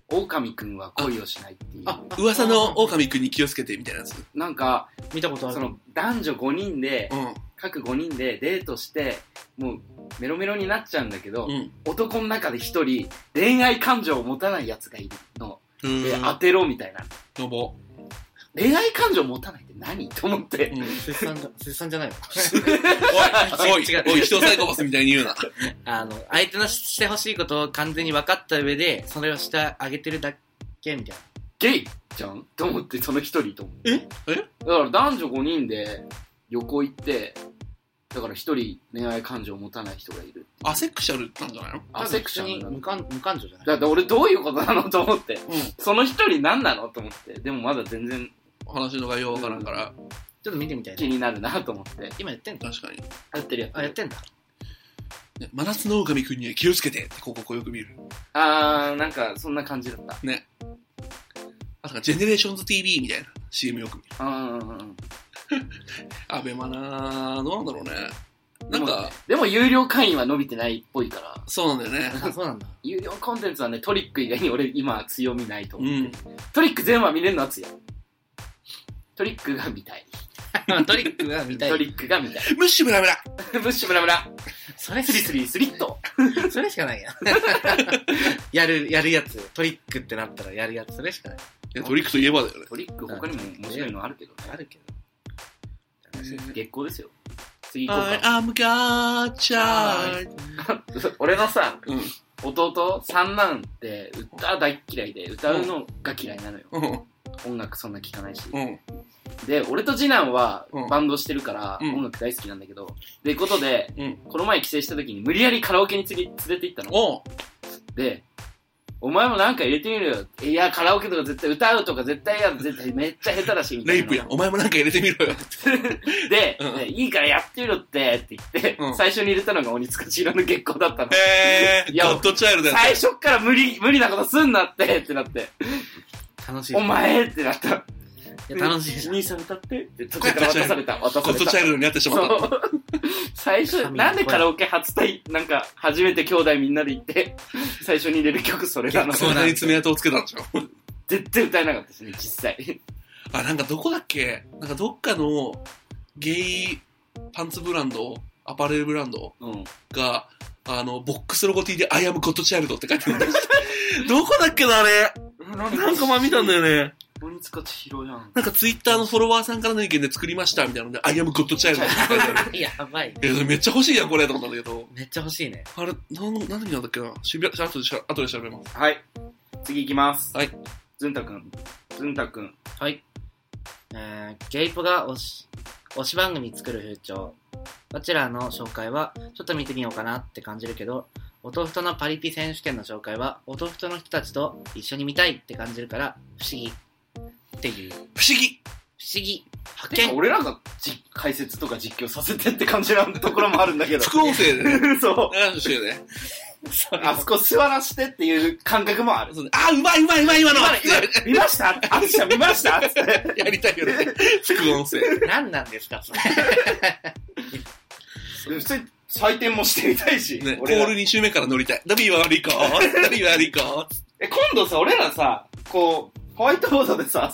[SPEAKER 1] 狼くんは恋をしないっていう。
[SPEAKER 3] け。あ、噂の狼くんに気をつけて、みたいなやつ。
[SPEAKER 1] なんか、
[SPEAKER 2] 見たことある。
[SPEAKER 1] その、男女5人で
[SPEAKER 3] う、ん。
[SPEAKER 1] 各5人でデートして、もう、メロメロになっちゃうんだけど、
[SPEAKER 3] うん。
[SPEAKER 1] 男の中で一人、恋愛感情を持たない奴がいるの。
[SPEAKER 3] う
[SPEAKER 1] で
[SPEAKER 3] ーん。
[SPEAKER 1] 当てろみたいな。
[SPEAKER 3] やば。
[SPEAKER 1] 恋愛感情持たないって何と思って。
[SPEAKER 3] うん。
[SPEAKER 2] 出産じゃ、出産じゃ ないの
[SPEAKER 3] おい、おい
[SPEAKER 2] 違う、
[SPEAKER 3] おい、人をサイコパスみたいに言うな。
[SPEAKER 2] あの、相手のしてほしいことを完全に分かった上で、それをしてあげてるだけ、みたい
[SPEAKER 1] ゲイじゃんと思って、その一人と思って。
[SPEAKER 3] ええ
[SPEAKER 1] だから男女5人で旅行行って、だから一人恋愛感情を持たない人がいる。
[SPEAKER 3] アセクシャルなんじゃないの
[SPEAKER 1] アセクシャ
[SPEAKER 2] 多分普通
[SPEAKER 1] ルなの
[SPEAKER 2] に無感無感情じゃない
[SPEAKER 1] だって俺どういうことなのと思って。
[SPEAKER 3] う
[SPEAKER 1] その一人何なのと思って。でもまだ全然
[SPEAKER 3] ん。話の概要わからんから、
[SPEAKER 2] ちょっと見てみたい
[SPEAKER 1] 気
[SPEAKER 2] ね。
[SPEAKER 1] になるなと思って。
[SPEAKER 2] 今やってんの
[SPEAKER 3] 確かに。
[SPEAKER 1] やってるやつ。
[SPEAKER 2] あ、やってんだ。
[SPEAKER 3] ね真夏の狼くんには気をつけてって広告をよく見る。
[SPEAKER 1] あー、なんかそんな感じだった。
[SPEAKER 3] あとか、ジェネレーションズ TV みたいな CM よく見る。
[SPEAKER 1] うんうんうん。
[SPEAKER 3] アベマなー、どうなんだろうね。なんか、
[SPEAKER 1] でも有料会員は伸びてないっぽいから。
[SPEAKER 3] そうなんだよね。
[SPEAKER 2] あ、そうなんだ。
[SPEAKER 1] 有料コンテンツはね、トリック以外に俺今は強みないと
[SPEAKER 3] う
[SPEAKER 1] 思う。
[SPEAKER 3] ん。
[SPEAKER 1] トリック全話見れるのは強い。トリックが見たい。
[SPEAKER 2] トリックが見た
[SPEAKER 1] ト
[SPEAKER 2] い。
[SPEAKER 1] リックが見たい。
[SPEAKER 3] ムッシュブラブラ
[SPEAKER 1] ブッシュブラブラ。
[SPEAKER 2] それ
[SPEAKER 1] ス
[SPEAKER 2] し
[SPEAKER 1] リスリスリッと。
[SPEAKER 2] それしかないやん。 やる、やるやつ。トリックってなったらやるやつ。それしかない。
[SPEAKER 3] いやトリックといえばだよね。
[SPEAKER 1] トリック他にも面白いのあるけど
[SPEAKER 2] あ
[SPEAKER 1] ね。
[SPEAKER 2] るけど。
[SPEAKER 1] 月光ですよ。次行こ
[SPEAKER 3] I
[SPEAKER 1] うか。
[SPEAKER 3] am God Child。
[SPEAKER 1] 俺のさ、
[SPEAKER 3] うん。
[SPEAKER 1] 弟、三男って歌大っ嫌いで、歌うのが嫌いなのよ。
[SPEAKER 3] うん。
[SPEAKER 1] 音楽そんな聴かないし。
[SPEAKER 3] うん。
[SPEAKER 1] で、俺と次男は
[SPEAKER 3] うん
[SPEAKER 1] バンドしてるから、
[SPEAKER 3] うん
[SPEAKER 1] 音楽大好きなんだけど、で、いうことで、
[SPEAKER 3] うん
[SPEAKER 1] この前帰省した時に無理やりカラオケにつれ連れて行ったの。
[SPEAKER 3] おう
[SPEAKER 1] で、お前もなんか入れてみるよ。いや、カラオケとか絶対歌うとか絶対やる。絶対めっちゃ下手だし、みたい
[SPEAKER 3] レ
[SPEAKER 1] な。
[SPEAKER 3] イプやん。お前もなんか入れてみ ろよ。
[SPEAKER 1] で、
[SPEAKER 3] うん
[SPEAKER 1] でいいからやってみろって、って言って、
[SPEAKER 3] うん
[SPEAKER 1] 最初に入れたのが鬼塚千尋の月光だったの。
[SPEAKER 3] へー、
[SPEAKER 1] いや
[SPEAKER 3] ガッドチャイルドやっ
[SPEAKER 1] 最初っから無理、無理なことすんなって、ってなって、
[SPEAKER 2] 楽しい。
[SPEAKER 1] お前ってなった。
[SPEAKER 2] いや楽しいじゃん。
[SPEAKER 1] 兄さん歌ってって途中から渡された渡
[SPEAKER 3] た。
[SPEAKER 1] さ
[SPEAKER 3] ガ
[SPEAKER 1] れ
[SPEAKER 3] ッド
[SPEAKER 1] た
[SPEAKER 3] チャイルドになってしまった。
[SPEAKER 1] そう最初なんでカラオケ初対なんか初めて兄弟みんなで行って最初に入れる曲それなの
[SPEAKER 3] そんなに爪痕をつけたんでしょ。
[SPEAKER 1] 絶対歌えなかったしね実際
[SPEAKER 3] あ、なんかどこだっけなんかどっかのゲイパンツブランド、アパレルブランド
[SPEAKER 1] うん
[SPEAKER 3] が、あの、ボックスロゴ T で I am God Child って書いてるん です。どこだっけな、あれ。なんかまあ見たんだよね。
[SPEAKER 1] 鬼塚千尋やん
[SPEAKER 3] なんかツイッターのフォロワーさんからの意見で作りましたみたいなので、I am God Child って書い てある。
[SPEAKER 2] やばい。
[SPEAKER 3] えめっちゃ欲しいやん、これと思ったんだけど。
[SPEAKER 2] めっちゃ欲しいね。
[SPEAKER 3] あれ、なん、なんで見たんだっけな渋谷、あとでしゃ、後で調べます。
[SPEAKER 1] はい次行きます
[SPEAKER 3] はい
[SPEAKER 1] ずんたくんずんたくん
[SPEAKER 2] はい。えー、ゲイポが推し、推し番組作る風潮。バチェラーの紹介は、ちょっと見てみようかなって感じるけど、弟ふとのパリピ選手権の紹介は、弟ふとの人たちと一緒に見たいって感じるから、不思議。っていう。不
[SPEAKER 3] 不思議
[SPEAKER 2] 思議。発
[SPEAKER 1] 結構
[SPEAKER 2] 見。
[SPEAKER 1] 俺らがじ解説とか実況させてって感じなところもあるんだけど
[SPEAKER 3] 副音声でね。
[SPEAKER 1] そう
[SPEAKER 3] 流してるよね。
[SPEAKER 1] あそこ座らしてっていう感覚もある
[SPEAKER 3] そうねあ、うまいうまいうまい今の
[SPEAKER 1] 今の今の見ましたあつしちゃん見ましたつって
[SPEAKER 3] やりたいよね。副音声。
[SPEAKER 2] 何なんですか、そ れ。
[SPEAKER 1] 普通に採点もしてみたいし、
[SPEAKER 3] ね、コ
[SPEAKER 1] 俺ら
[SPEAKER 3] ール2周目から乗りたい。ダビーは悪いかダビーは悪いか
[SPEAKER 1] え今度さ俺らさこうホワイトボードで さ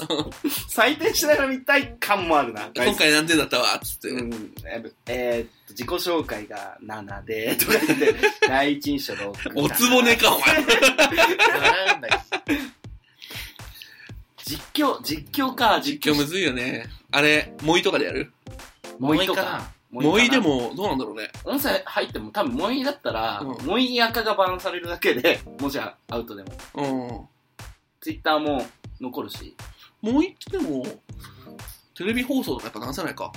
[SPEAKER 1] 採点しながら見たい感もあるな
[SPEAKER 3] 今回何点だったわつって。
[SPEAKER 1] うん、えーっと自己紹介が7で とか言って第一印象が6
[SPEAKER 3] おつぼねか、お前。
[SPEAKER 2] 笑うんだけど。
[SPEAKER 1] 実況実況か
[SPEAKER 3] 実況むずいよね。あれ、モイとかでやる
[SPEAKER 1] モイ
[SPEAKER 2] もういい
[SPEAKER 1] と
[SPEAKER 2] か
[SPEAKER 1] か
[SPEAKER 2] な。
[SPEAKER 3] モイ
[SPEAKER 1] か
[SPEAKER 3] で
[SPEAKER 1] な
[SPEAKER 3] も、どうなんだろうね。
[SPEAKER 1] 音声入っても多分モイだったら、
[SPEAKER 3] うん
[SPEAKER 1] モイ赤がバランされるだけでもしアウトでも
[SPEAKER 3] う
[SPEAKER 1] ツイッターも残るし
[SPEAKER 3] ん。モイってでも、テレビ放送とかやっぱ流せないか。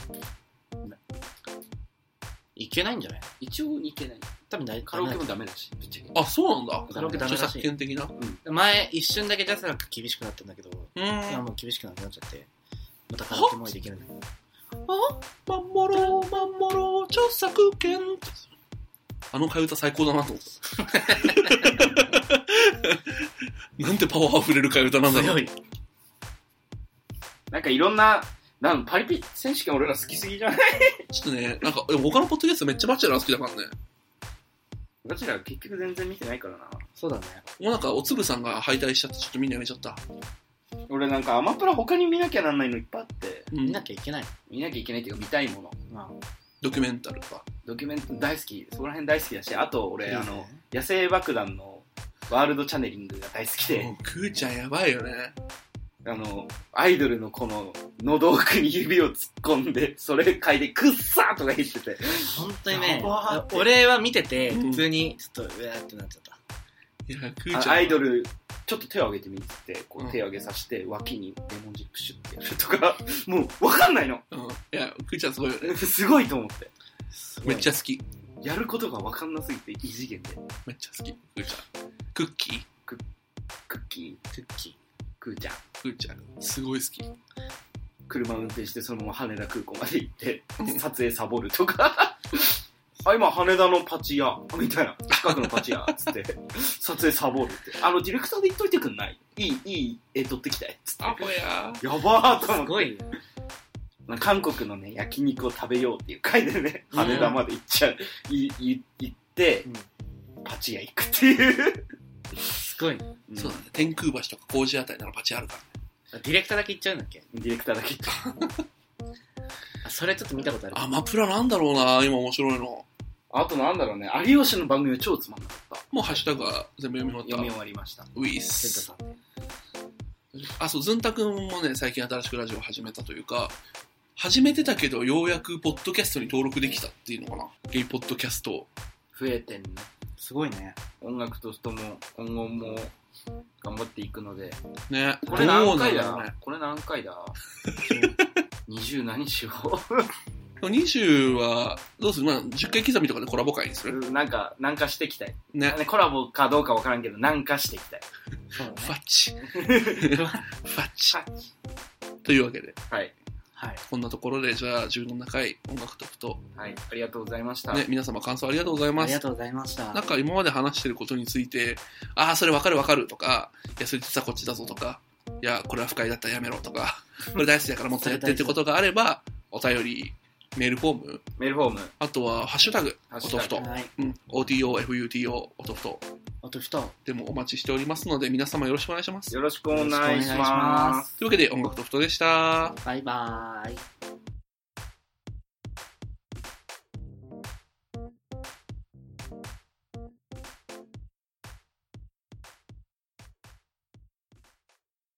[SPEAKER 2] いけないんじゃない
[SPEAKER 1] 一応いけない
[SPEAKER 2] 多分大
[SPEAKER 1] カラオケ
[SPEAKER 2] 丈
[SPEAKER 1] もダメだしぶっちゃけ
[SPEAKER 3] あ、そうなんだ。
[SPEAKER 2] カラオケダメらしい
[SPEAKER 3] 著作権的な。
[SPEAKER 2] 夫。前、一瞬だけジャスラック厳しくなったんだけど、
[SPEAKER 3] う
[SPEAKER 2] いや
[SPEAKER 3] ん。
[SPEAKER 2] もう厳しくなくなっちゃって、またカラオケもうできるんだけど。
[SPEAKER 3] 守ろう、守ろう、著作権。あの替え歌最高だなと思った。なんてパワー溢れる替え歌なんだろ
[SPEAKER 2] 強
[SPEAKER 3] う。
[SPEAKER 2] い。
[SPEAKER 1] なんかいろんな、なんパリピ選手権俺ら好きすぎじゃない
[SPEAKER 3] ちょっとね、なんか、でも他のポッドキャストめっちゃバチェラー好きだからね。
[SPEAKER 1] ガチら結局全然見てないからな。
[SPEAKER 2] そうだね。
[SPEAKER 3] もうなんか、おつぶさんが敗退しちゃって、ちょっとみんなやめちゃった。
[SPEAKER 1] 俺なんかアマプラ他に見なきゃなんないのいっぱいあって、
[SPEAKER 3] う
[SPEAKER 2] 見
[SPEAKER 3] ん。
[SPEAKER 2] なきゃいけない。
[SPEAKER 1] 見なきゃいけないっていうか見たいもの。
[SPEAKER 2] まあ、
[SPEAKER 3] ドキュメンタルとか。
[SPEAKER 1] ドキュメント大好き、そこら辺大好きだし、あと俺、
[SPEAKER 2] いいね
[SPEAKER 1] あの、野生爆弾のワールドチャネリングが大好き
[SPEAKER 3] も
[SPEAKER 1] で
[SPEAKER 3] う、くーちゃんやばいよね。
[SPEAKER 1] あの、アイドルのこの喉奥に指を突っ込んで、それ嗅いで、くっさーとか言ってて、
[SPEAKER 2] 本当にね
[SPEAKER 1] やばーっ、て
[SPEAKER 2] 俺は見てて、
[SPEAKER 3] うん
[SPEAKER 2] 普通に、ちょっと、うわーってなっちゃった。
[SPEAKER 3] いや、くーちゃん。
[SPEAKER 1] あアイドル、ちょっと手を挙げてみって言って、こ
[SPEAKER 3] うん
[SPEAKER 1] う手を挙げさせて、脇にレモンジップ シュッてやるとか、もうわかんないの
[SPEAKER 3] うん。いや、くーちゃんすごいよね。
[SPEAKER 1] すごいと思って。
[SPEAKER 2] すごい
[SPEAKER 3] めっちゃ好き。
[SPEAKER 1] やることが分かんなすぎて異次元で
[SPEAKER 3] めっちゃ好き。ふーちゃん。クッキー
[SPEAKER 1] クッキークッキークーちゃん
[SPEAKER 3] ふーちゃん。すごい好き。
[SPEAKER 1] 車運転してそのまま羽田空港まで行って撮影サボるとかあ今羽田のパチ屋みたいな近くのパチ屋つって撮影サボるってあのディレクターで言っといてくんないいいいい絵撮ってきたいつって
[SPEAKER 3] アホや
[SPEAKER 1] やばーと
[SPEAKER 2] す
[SPEAKER 1] 思って
[SPEAKER 2] ごいよ。
[SPEAKER 1] まあ韓国のね焼肉を食べようっていう回でね
[SPEAKER 2] うん
[SPEAKER 1] 羽田まで行っちゃう、いい行って
[SPEAKER 2] うん
[SPEAKER 1] パチ屋行くって いう、
[SPEAKER 2] すごい。
[SPEAKER 3] ー。そうだね。天空橋とか工事あたりならパチあるから。
[SPEAKER 2] ディレクターだけ行っちゃうんだっけ
[SPEAKER 1] ディレクターだけ行って
[SPEAKER 2] あそれちょっと見たことある。
[SPEAKER 3] アマプラなんだろうな今面白いの。
[SPEAKER 1] あとなんだろうね有吉の番組は超つまんなかった
[SPEAKER 3] もうハッシュタグは全部読み終
[SPEAKER 1] 読
[SPEAKER 3] わっ
[SPEAKER 1] み
[SPEAKER 3] た。
[SPEAKER 1] 終わりました
[SPEAKER 3] ウ
[SPEAKER 2] セン
[SPEAKER 3] ィ
[SPEAKER 2] タ
[SPEAKER 3] ス。
[SPEAKER 2] さん。
[SPEAKER 3] あ、そう、ずんたくんもね、最近新しくラジオを始めたというか、始めてたけど、ようやくポッドキャストに登録できたっていうのかな。ゲイポッドキャスト。
[SPEAKER 1] 増えてんね
[SPEAKER 2] すごいね。
[SPEAKER 1] 音楽ととも今後も頑張っていくので
[SPEAKER 3] ね。
[SPEAKER 1] これ何回
[SPEAKER 3] どう
[SPEAKER 1] だ、
[SPEAKER 3] なんろうね
[SPEAKER 1] これ何回 だ20何しよ
[SPEAKER 3] でも20は、どうするまあ、10回刻みとかでコラボ会にする
[SPEAKER 1] う なんかなんかしていきたい
[SPEAKER 3] ね。
[SPEAKER 1] コラボかどうかわからんけどなんかしていきたい
[SPEAKER 2] そうだ
[SPEAKER 3] フ
[SPEAKER 2] ね。
[SPEAKER 3] ァッチ。ファッチ。というわけで、
[SPEAKER 1] はい
[SPEAKER 2] はい。
[SPEAKER 3] こんなところで、じゃあ、17回音楽トップと、
[SPEAKER 1] はいありがとうございました、
[SPEAKER 3] ね、皆様感想ありがとうござい
[SPEAKER 2] あ
[SPEAKER 3] ま
[SPEAKER 2] りが
[SPEAKER 3] す。
[SPEAKER 2] とうございました。
[SPEAKER 3] なんか今まで話してることについて、ああ、それわかるわかるとか、いや、それ実はこっちだぞとか、いや、これは不快だったらやめろ とか、これ大好きだからもっとやってってことがあれば、お便り、メールフォーム、
[SPEAKER 1] メールフォーム
[SPEAKER 3] あとは、ハッシュタグ、
[SPEAKER 1] ハ
[SPEAKER 3] お
[SPEAKER 1] ッシュ
[SPEAKER 3] と
[SPEAKER 1] タ
[SPEAKER 3] ふ
[SPEAKER 1] グ
[SPEAKER 3] と。
[SPEAKER 2] はい。
[SPEAKER 3] うん、OTO、FUTO、おとふと。
[SPEAKER 2] おとふと。よ
[SPEAKER 3] でもお待ちしておりますので、皆様よろしくお願いします。
[SPEAKER 1] よろしくお
[SPEAKER 2] ろ
[SPEAKER 1] 願いします
[SPEAKER 2] す。
[SPEAKER 3] というわけで、音楽とふとでした。
[SPEAKER 2] バイバーイ。